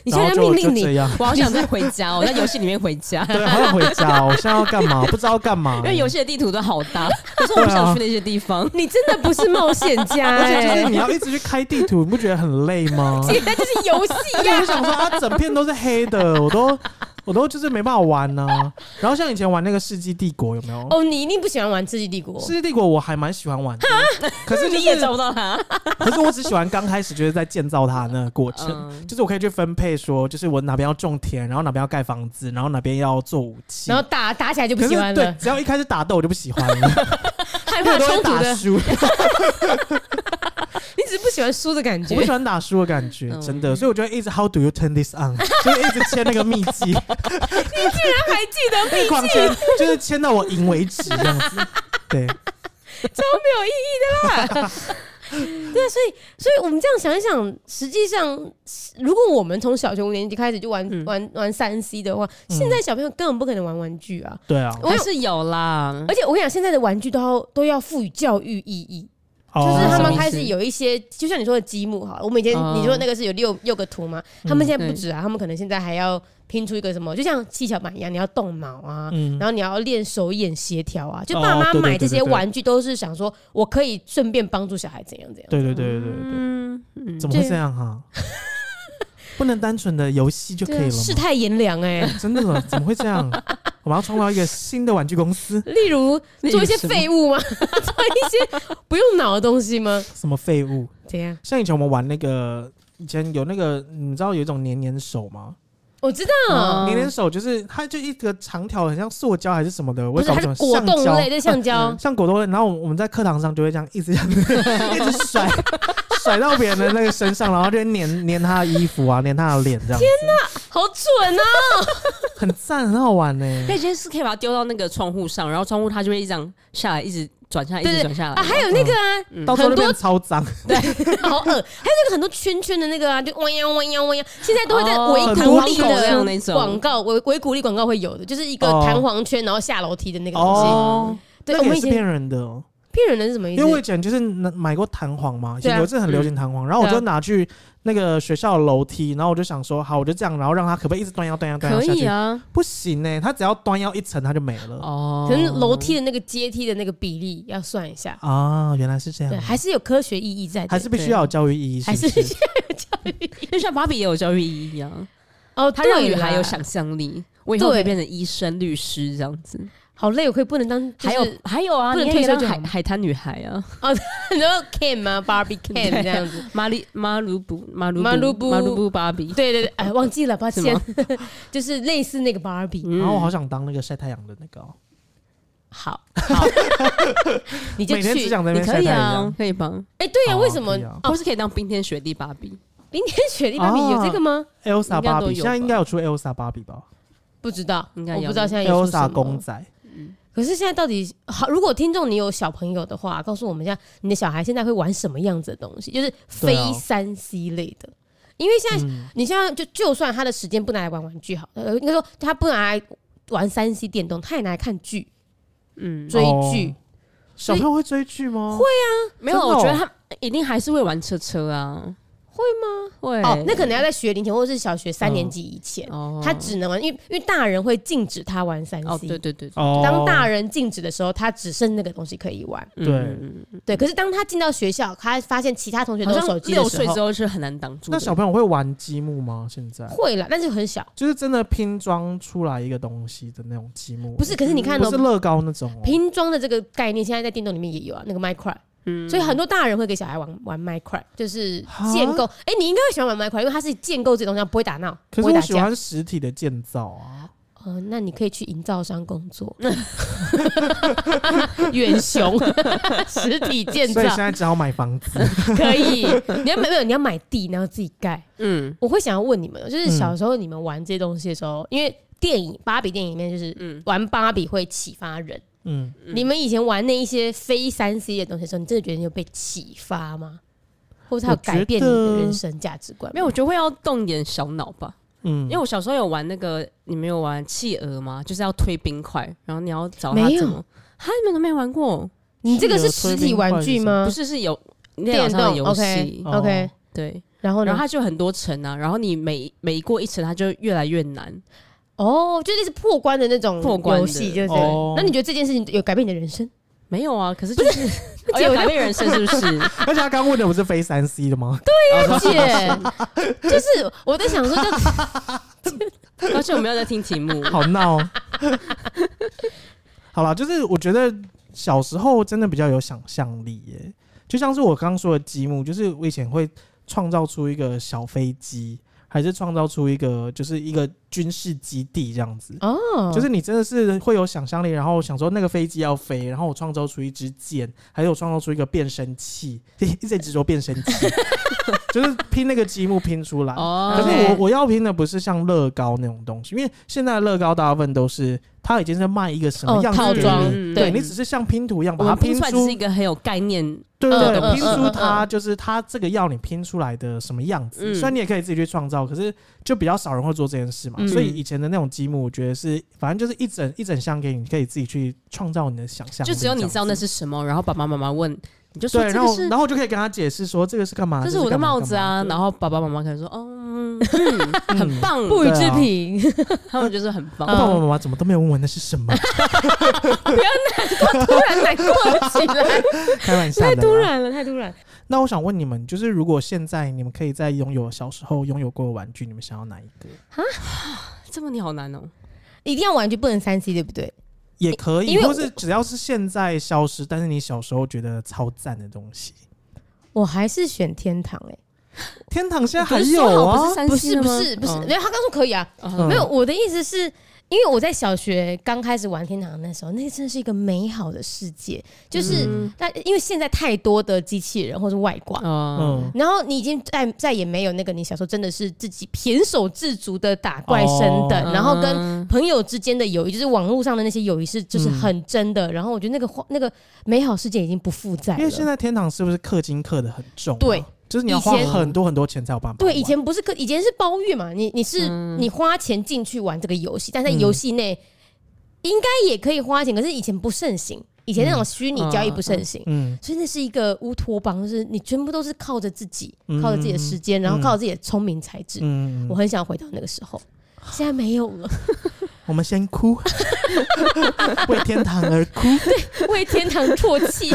你现在
然
在
后
命
就
令
就
你
这 样，，
我好想再回家、哦，我在游戏里面回家
对，好想回家哦。我现在要干嘛？不知道干嘛。
因为游 戏的地图都好 大，可是我不想去那些地方。
你真的不是冒险家、
而且就是
欸，
哎你要一直去开地图， 你不觉得很累吗？
姐，那就是游戏
而且我就想
呀、
说，啊，整片都是黑的，我都我我都就是没办法玩呢、然后像以前玩那个《世纪帝国》，有没有？
哦，你一定不喜欢玩《世纪帝国
世》，纪帝国》我还蛮喜欢玩的，可是、就是、
你也找不到他，
可是我只喜欢刚开始就是在建造它的 那个过程，
嗯
就是我可以去分配说，就是我哪边要种田，然后哪边要盖房子，然后哪边要做武器。
然后打打起来就不
可是
喜欢
对
了，，
只要一开始打斗我就不喜欢 了，
害
因
怕
为我都会
哎冲突
打
的，
输，
你只是不喜欢输的感
我
觉
不。喜欢打输的感觉，
嗯
真的，所以我就会一直 How do you turn this on，就是一直签那个秘 籍，
他还记得
一直狂签，就是签到我赢为止这样子。对，
超没有意义的啦。 对啊，所以所以我们这样想一想，实际上如果我们从小学五年级开始就玩、
嗯
玩玩三 C 的话，现在小朋友根本不可能玩玩具啊。
对啊，
我
哦还
有
是有啦。
而且我跟你讲，现在的玩具都要都要赋予教育意义，就
哦
是他
什么
们
意思
开始有一些，就像你说的积木哈，我们以前
哦
你说那个是有
嗯
六六个图嘛，他们现在
嗯
不
对
止啊，他们可能现在还要拼出一个什么，就像七巧板一样，你要动脑啊，
嗯
然后你要练手眼协调啊，就
哦
爸妈
对对
买
对
这
对
些
对
玩具都是想说，我可以顺便帮助小孩怎样怎样。
对对对对对对，
嗯嗯
怎么会
这
这样哈、 不能单纯的游戏就可
对
以
啊
了
世
吗？
态炎凉哎、
真的了，怎么会 这样？我们要创造一个新的玩具公司，
例如
例如
做一些
什么
废物吗？ 做一些 不用脑的东西吗？
什么废物？
怎样？
像以前我们玩那个，以前有那个，你知道有一种黏黏手吗？
我知道，
哦
黏黏手就是它就一个长条，很像塑胶还是什么的，
不
我也
是
搞
它
不
是
懂。
果
橡
冻
胶嗯
类的橡胶，
像果冻类，然后我们在课堂上就会这样一直这样一直甩，甩到别人的那个身上，然后就会黏黏他的衣服啊，黏他的脸这样。天哪，
好蠢啊！
很赞，很好玩呢、
那些是可以把它丢到那个窗户上，然后窗户它就会一张下来，一直转下来，一
对
直
对
转下
啊，
来。
还有那个啊，
嗯
到时候
很
就
多
变超脏。
好恶，还有那个很多圈圈的那个啊，就弯腰弯腰弯腰，现在都会在维
弹
骨
簧
力
狗那种那
的
种
广告，维维骨力广告会有的，就是一个
哦
弹簧圈，然后下楼梯的那个东西。
哦，
对，
那
我
个
们
也
以
是
前
骗人的哦，
骗人的是什么意
因
思？
为我以前就是拿买过弹簧嘛，以
对
前
啊
有一阵很流行弹簧，然后我
对
就
啊
拿去那个学校的楼梯，然后我就想说，好，我就这样，然后让他可不可以一直端腰端腰端腰
可
下
以
去？
啊，
不行呢，他只要端腰一层他就没 了
哦
可能楼梯的那个阶梯的那个比例要算一下，
啊，原来是这样
对，，还是有科学意义在的，
还是必须
对
要有教育意义，
还
是
是
不 是
嗯
就像芭比也有教育意义啊，
哦，
它让
对
女
啦
孩有想象力。我以后
对
可以变成医生、律师这样子。
好累，我哦可以不能当，就是
还有还有啊，
不能
你可
退
以
休
当
就好
海海滩女孩啊，
你知道 Cam 吗？Barbie Cam 这样子，
马里马鲁布马鲁
马鲁布
布马鲁布芭比。
对对对， 哎，忘记了，抱
是
歉
吗，
就是类似那个 Barbie，
嗯
然后我好想当那个晒太阳的那个哦，
好好，你就
每天只
去，
想在那
你
边
可
晒太
以啊
阳，，
可以帮，
哎，对呀，
哦
为什么
可以啊
或是可以当冰天雪地芭比。
明天雪地芭比有这个
哦
吗？
，Elsa
应该
芭
都
比，
有
现在
吧
应该有出 Elsa 芭比吧
不知道，
应该
我
有
不知道现在有出什
，Elsa 公
么。
仔，
可是现在到底好？如果听众你有小朋友的话，告诉我们一下，你的小孩现在会玩什么样子的东西？就是非
对啊
三 C 类的，因为现在
嗯
你现在就就算他的时间不拿来玩玩具好了，呃应该说他不拿来玩三 C 电动，他也拿来看剧、
嗯，
追
哦
剧。所
小
以
朋友会追剧吗？会，
没有，
真的
我
哦
觉得他一定还是会玩车车啊。
会
吗？
哎
会
哦，那可能要在学龄前或者是小学三年
嗯
级以前，
哦
他只能玩，因为因为大人会禁止他玩三 C。
哦，对对对，
哦
当大人禁止的时候，他只剩那个东西可以玩。
嗯
对
嗯嗯
对，可是当他进到学校，他发现其他同学
好
都有
像
手机的
六岁
时
之
候，
后是很难挡住的。
那小朋友会玩积木吗？现在
会了，但是很小。
就是真的拼装出来一个东西的那种积木，
不是，可是你看
不
哦、
是乐高那种、哦，
拼装的这个概念，现在在电动里面也有啊，那个 Minecraft。
嗯
所以很多大人会给小孩玩玩 Minecraft，就是
哈
建构。哎、你应该会喜欢玩 Minecraft，因为它是建构这种东西，不会打闹，不
可是
会
我
打
喜
架。
欢实体的建造 啊，
哦、那你可以去营造商工 作，远雄 实体建
所
造
以现在只好买房 子。
可以。你要买没有？你要买地，然后自己盖。
嗯
我会想要问你们，哦就是
嗯
小时候你们玩这些东西的时候，因为电影芭比电影里面就是
嗯
玩芭比会启发人。
嗯，
嗯
你们以前玩那一些非三 C 的东西的时候，你真的觉得你有被启发吗？或者它有改变你的人生价值观？
没有，我，觉得会要动一点小脑吧。
嗯，
因为我小时候有玩那个，你们有玩企鹅吗？就是要推冰块，然后你要找它
没有哦
怎么。哈，你们都没玩过？
你这个是实体玩具吗
不？是，是有电脑
电
上的
动
游
，OK 哦
戏。
哦
OK，
对，
然后
然
呢？
后它就很多层啊，然后你每每过一层，它就越来越难。
哦，就类似破关的那种
破关的
游戏，就是
哦。
那你觉得这件事情有改变你的人生？
没有啊，可是就是 哦要改变人生是不 是？
而且他刚问的不是非三 C 的吗？
哦
而且就是我在想说，就
而且就我们要在听题 目，
好闹。哦 好了，就是我觉得小时候真的比较有想象力耶，就像是我刚刚说的积木，就是我以前会创造出一个小飞机，还是创造出一个就是一个军事基地这样子。
嗯
哦，
就是你真的是会有想象力，然后想说那个飞机要飞，然后我创造出一支箭，还有创造出一个变声器， 一直在执着变声 器，就是拼那个积木拼出来。
哦
可是我
OK
我要拼的不是像乐高那种东西，因为现在的乐高大部分都是它已经是卖一个什么
哦
样
套
子给
装
你，，
对
对你只是像拼图一样
嗯我
把它
们拼出来只
出
是一，个很有概念，
对对对，
嗯嗯
拼
嗯
出
嗯
它
嗯
就是它这个要你拼出来的什么样子。
嗯
虽然你也可以自己去创造，可是就比较少人会做这件事嘛。
嗯
所以以前的那种积木，我觉得是反正就是一整一整箱给你，可以自己去创造你的想象力，
就只有你知道那
这样
是
子。
什么，然后爸爸妈妈问，你就说
对，
这
然
个
后
是
然后我就可以跟他解释说这个是干嘛，
这是
个
我的
干嘛
帽子，啊，然后爸爸妈妈可能说，哦，嗯嗯
干嘛
很。嗯
嗯
棒，
不予置评，
他们就是很棒
我。爸爸妈妈怎么都没有问我那是 什么？
突然难过起来，
开玩笑
太
的啦。
突然了，太突然。
那我想问你们，就是如果现在你们可以在拥有小时候拥有过的玩具，你们想要哪一个？
这问题好难哦，
一定要玩具不能三 C，对不对？
也可
因
以，
为
或是只要是现在消失，但是你小时候觉得超赞的东西。
我还是选天堂哎、
天堂现在还
不是说
有
好不
啊
是，三
不
C
是
的
不
吗
是不是，
哦
没有他刚说可以啊，
嗯
没有我的意思是因为我在小学刚开始玩天堂的那时候，那真的是一个美好的世界，就是
嗯
但因为现在太多的机器人或是外挂，
哦，
嗯，
然后你已经再再也没有那个你小时候真的是自己胼手自足的打怪升等，然后跟
跟
朋友之间的友谊，就是网络上的那些友谊是就是很真的。然后我觉得那个画那个美好世界已经不复在
因为现
了。
在天堂是不是氪金氪的很重、啊？
对，
就是你要花
以前
很多很多钱才有办法玩。嗯
对，以前不是可以前是包月嘛，你你是、你花钱进去玩这个游戏，但在游戏内应该也可以花钱，可是以前不盛行，以前那种虚拟交易不盛行。
嗯，
所以那是一个乌托邦，就是你全部都是靠着自己，
嗯
靠着自己的时间，然后靠着自己的聪明才智。
嗯
我
我
很想回到那个时候，现在没有了，
我们先哭， 为天堂而 哭。
为天堂啜泣。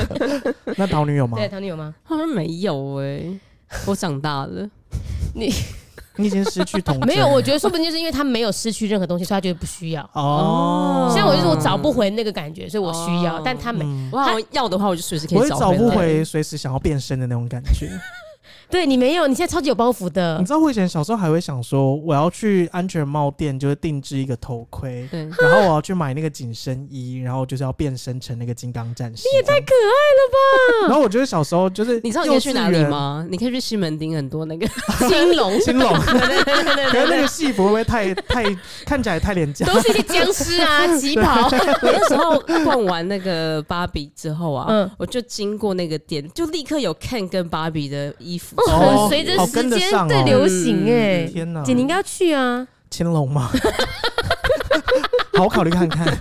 那桃女有 吗
对，？唐女有吗？
好像没有哎，我长大了，
你已经失去童真了
没有，我觉得说不定就是因为他没有失去任何东西，所以他觉得不需要。
哦，
像我就是我找不回那个感觉，所以我需要，
哦
但他没。
嗯
我好像要的话，我就随时可
我
以
也找
回
不
来
回随时想要变身的那种感觉。
对你没有，你现在超级有包袱的
你。知道我以前小时候还会想说，我要去安全帽店，就是定制一个头盔，
对，
然后我要去买那个紧身衣，然后就是要变身成那个金刚战士。你也太可爱 了吧！然后我觉得小时候就是，
你知道你可以去哪里？吗？你可以去西门町很多那个
青龙
青龙，可
对对对
是那个戏服会不会太太看起来太 廉价？
都是一些僵尸 啊，旗袍。
我那时候逛完那个芭比之后啊，
嗯
我就经过那个店，就立刻有 Ken 跟芭比的衣服。
哦
很随着
好跟
时
得上
间
哦嗯
的流行哎，
天哪！
姐你应该要去 啊！
青龙吗？好，我考虑看看。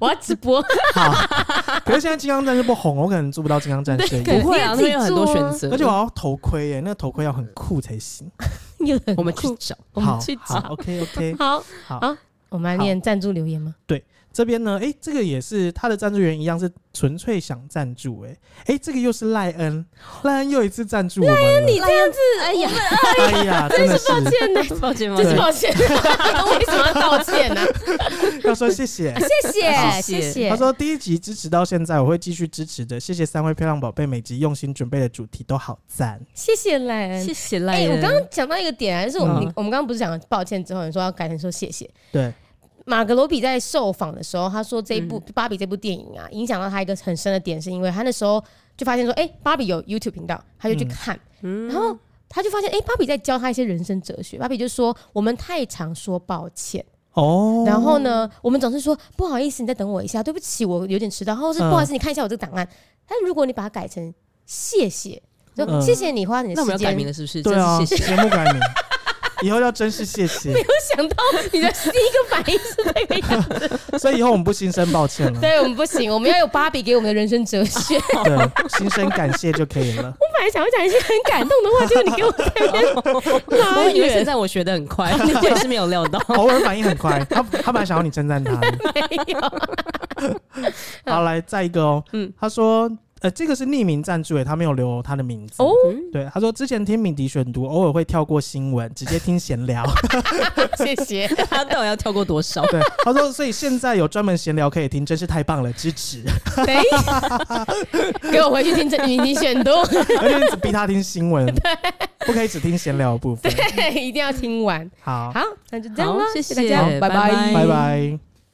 我要直播，
好，可是现在金刚战士不红，我可能做不到金刚战士的衣服。
不会啊，
你
那
也自己
边有很多
做
选
啊
择，
而且我要头盔耶，那个头盔要很酷才行。
你很
我们去找，我
好
们去，
好
找。
，OK OK。
好
好
好，我们来念赞助留言吗？
这边呢，诶，这个也是他的赞助员一样是纯粹想赞助、诶，诶，这个又是赖恩，赖恩又一次赞助我们了，
你这样子，哎呀，
哎呀，真的是
歉呢，
抱歉，抱
真
歉
是，抱歉，我 为什么要道歉呢？
要说谢谢。
谢谢，
谢
谢
谢
谢。
他说：“第一集支持到现在，我会继续支持的。谢谢三位漂亮宝贝，每集用心准备的主题都好赞。
谢谢赖恩
谢。谢赖
哎、
恩。
我刚刚讲到一个点啊，就是我们、
嗯
你我们刚刚不是讲抱歉之后，你说要改成说谢谢。
对，
马格罗比在受访的时候，他说这一部
嗯
《芭比》这部电影啊，影响到他一个很深的点，是因为他那时候就发现说，哎、芭比有 YouTube 频道，他就
嗯
去看，然后他就发现，哎、芭比在教他一些人生哲学。芭比就说，我们太常说抱歉。
哦，
然后呢，我们总是说不好意思，你再等我一下，对不起，我有点迟到，或是
嗯
不好意思，你看一下我这个档案。但如果你把它改成谢谢，就、
嗯
谢谢你花你的
那我们
时
要改名
间。
了，是不是？
对啊，
真 是谢谢。
节目改名，以后要真是谢谢。
没有想到你的第一个反应是这个 样子，
所以以后我们不心生抱歉 了，
对我们不行，我们要有芭比给我们的人生哲学。我
对，心生感谢就可以了。
本来想要讲一些很感动的话，结果你给我在那边拉
我以为现
远，
在我学的很 快，我也是没有料到。
偶尔反应很快，他他本来想要你称赞他的，
没有。
好，来再一个哦。他说呃，这个是匿名赞助诶，他没有留他的名字。
哦，
对，他说之前听敏迪选读，偶尔会跳过新闻，直接听闲聊。
谢谢。
他到底要跳过多少？
对，他说所以现在有专门闲聊可以听，真是太棒了，支持。
等一下， 给我回去听这你你选多，
而且只逼他听新闻，不可以只听闲聊的部分。
一定要听完。
好，
好，那就这样
好
啦，，
谢
大
谢
家，，
拜
拜拜
拜拜。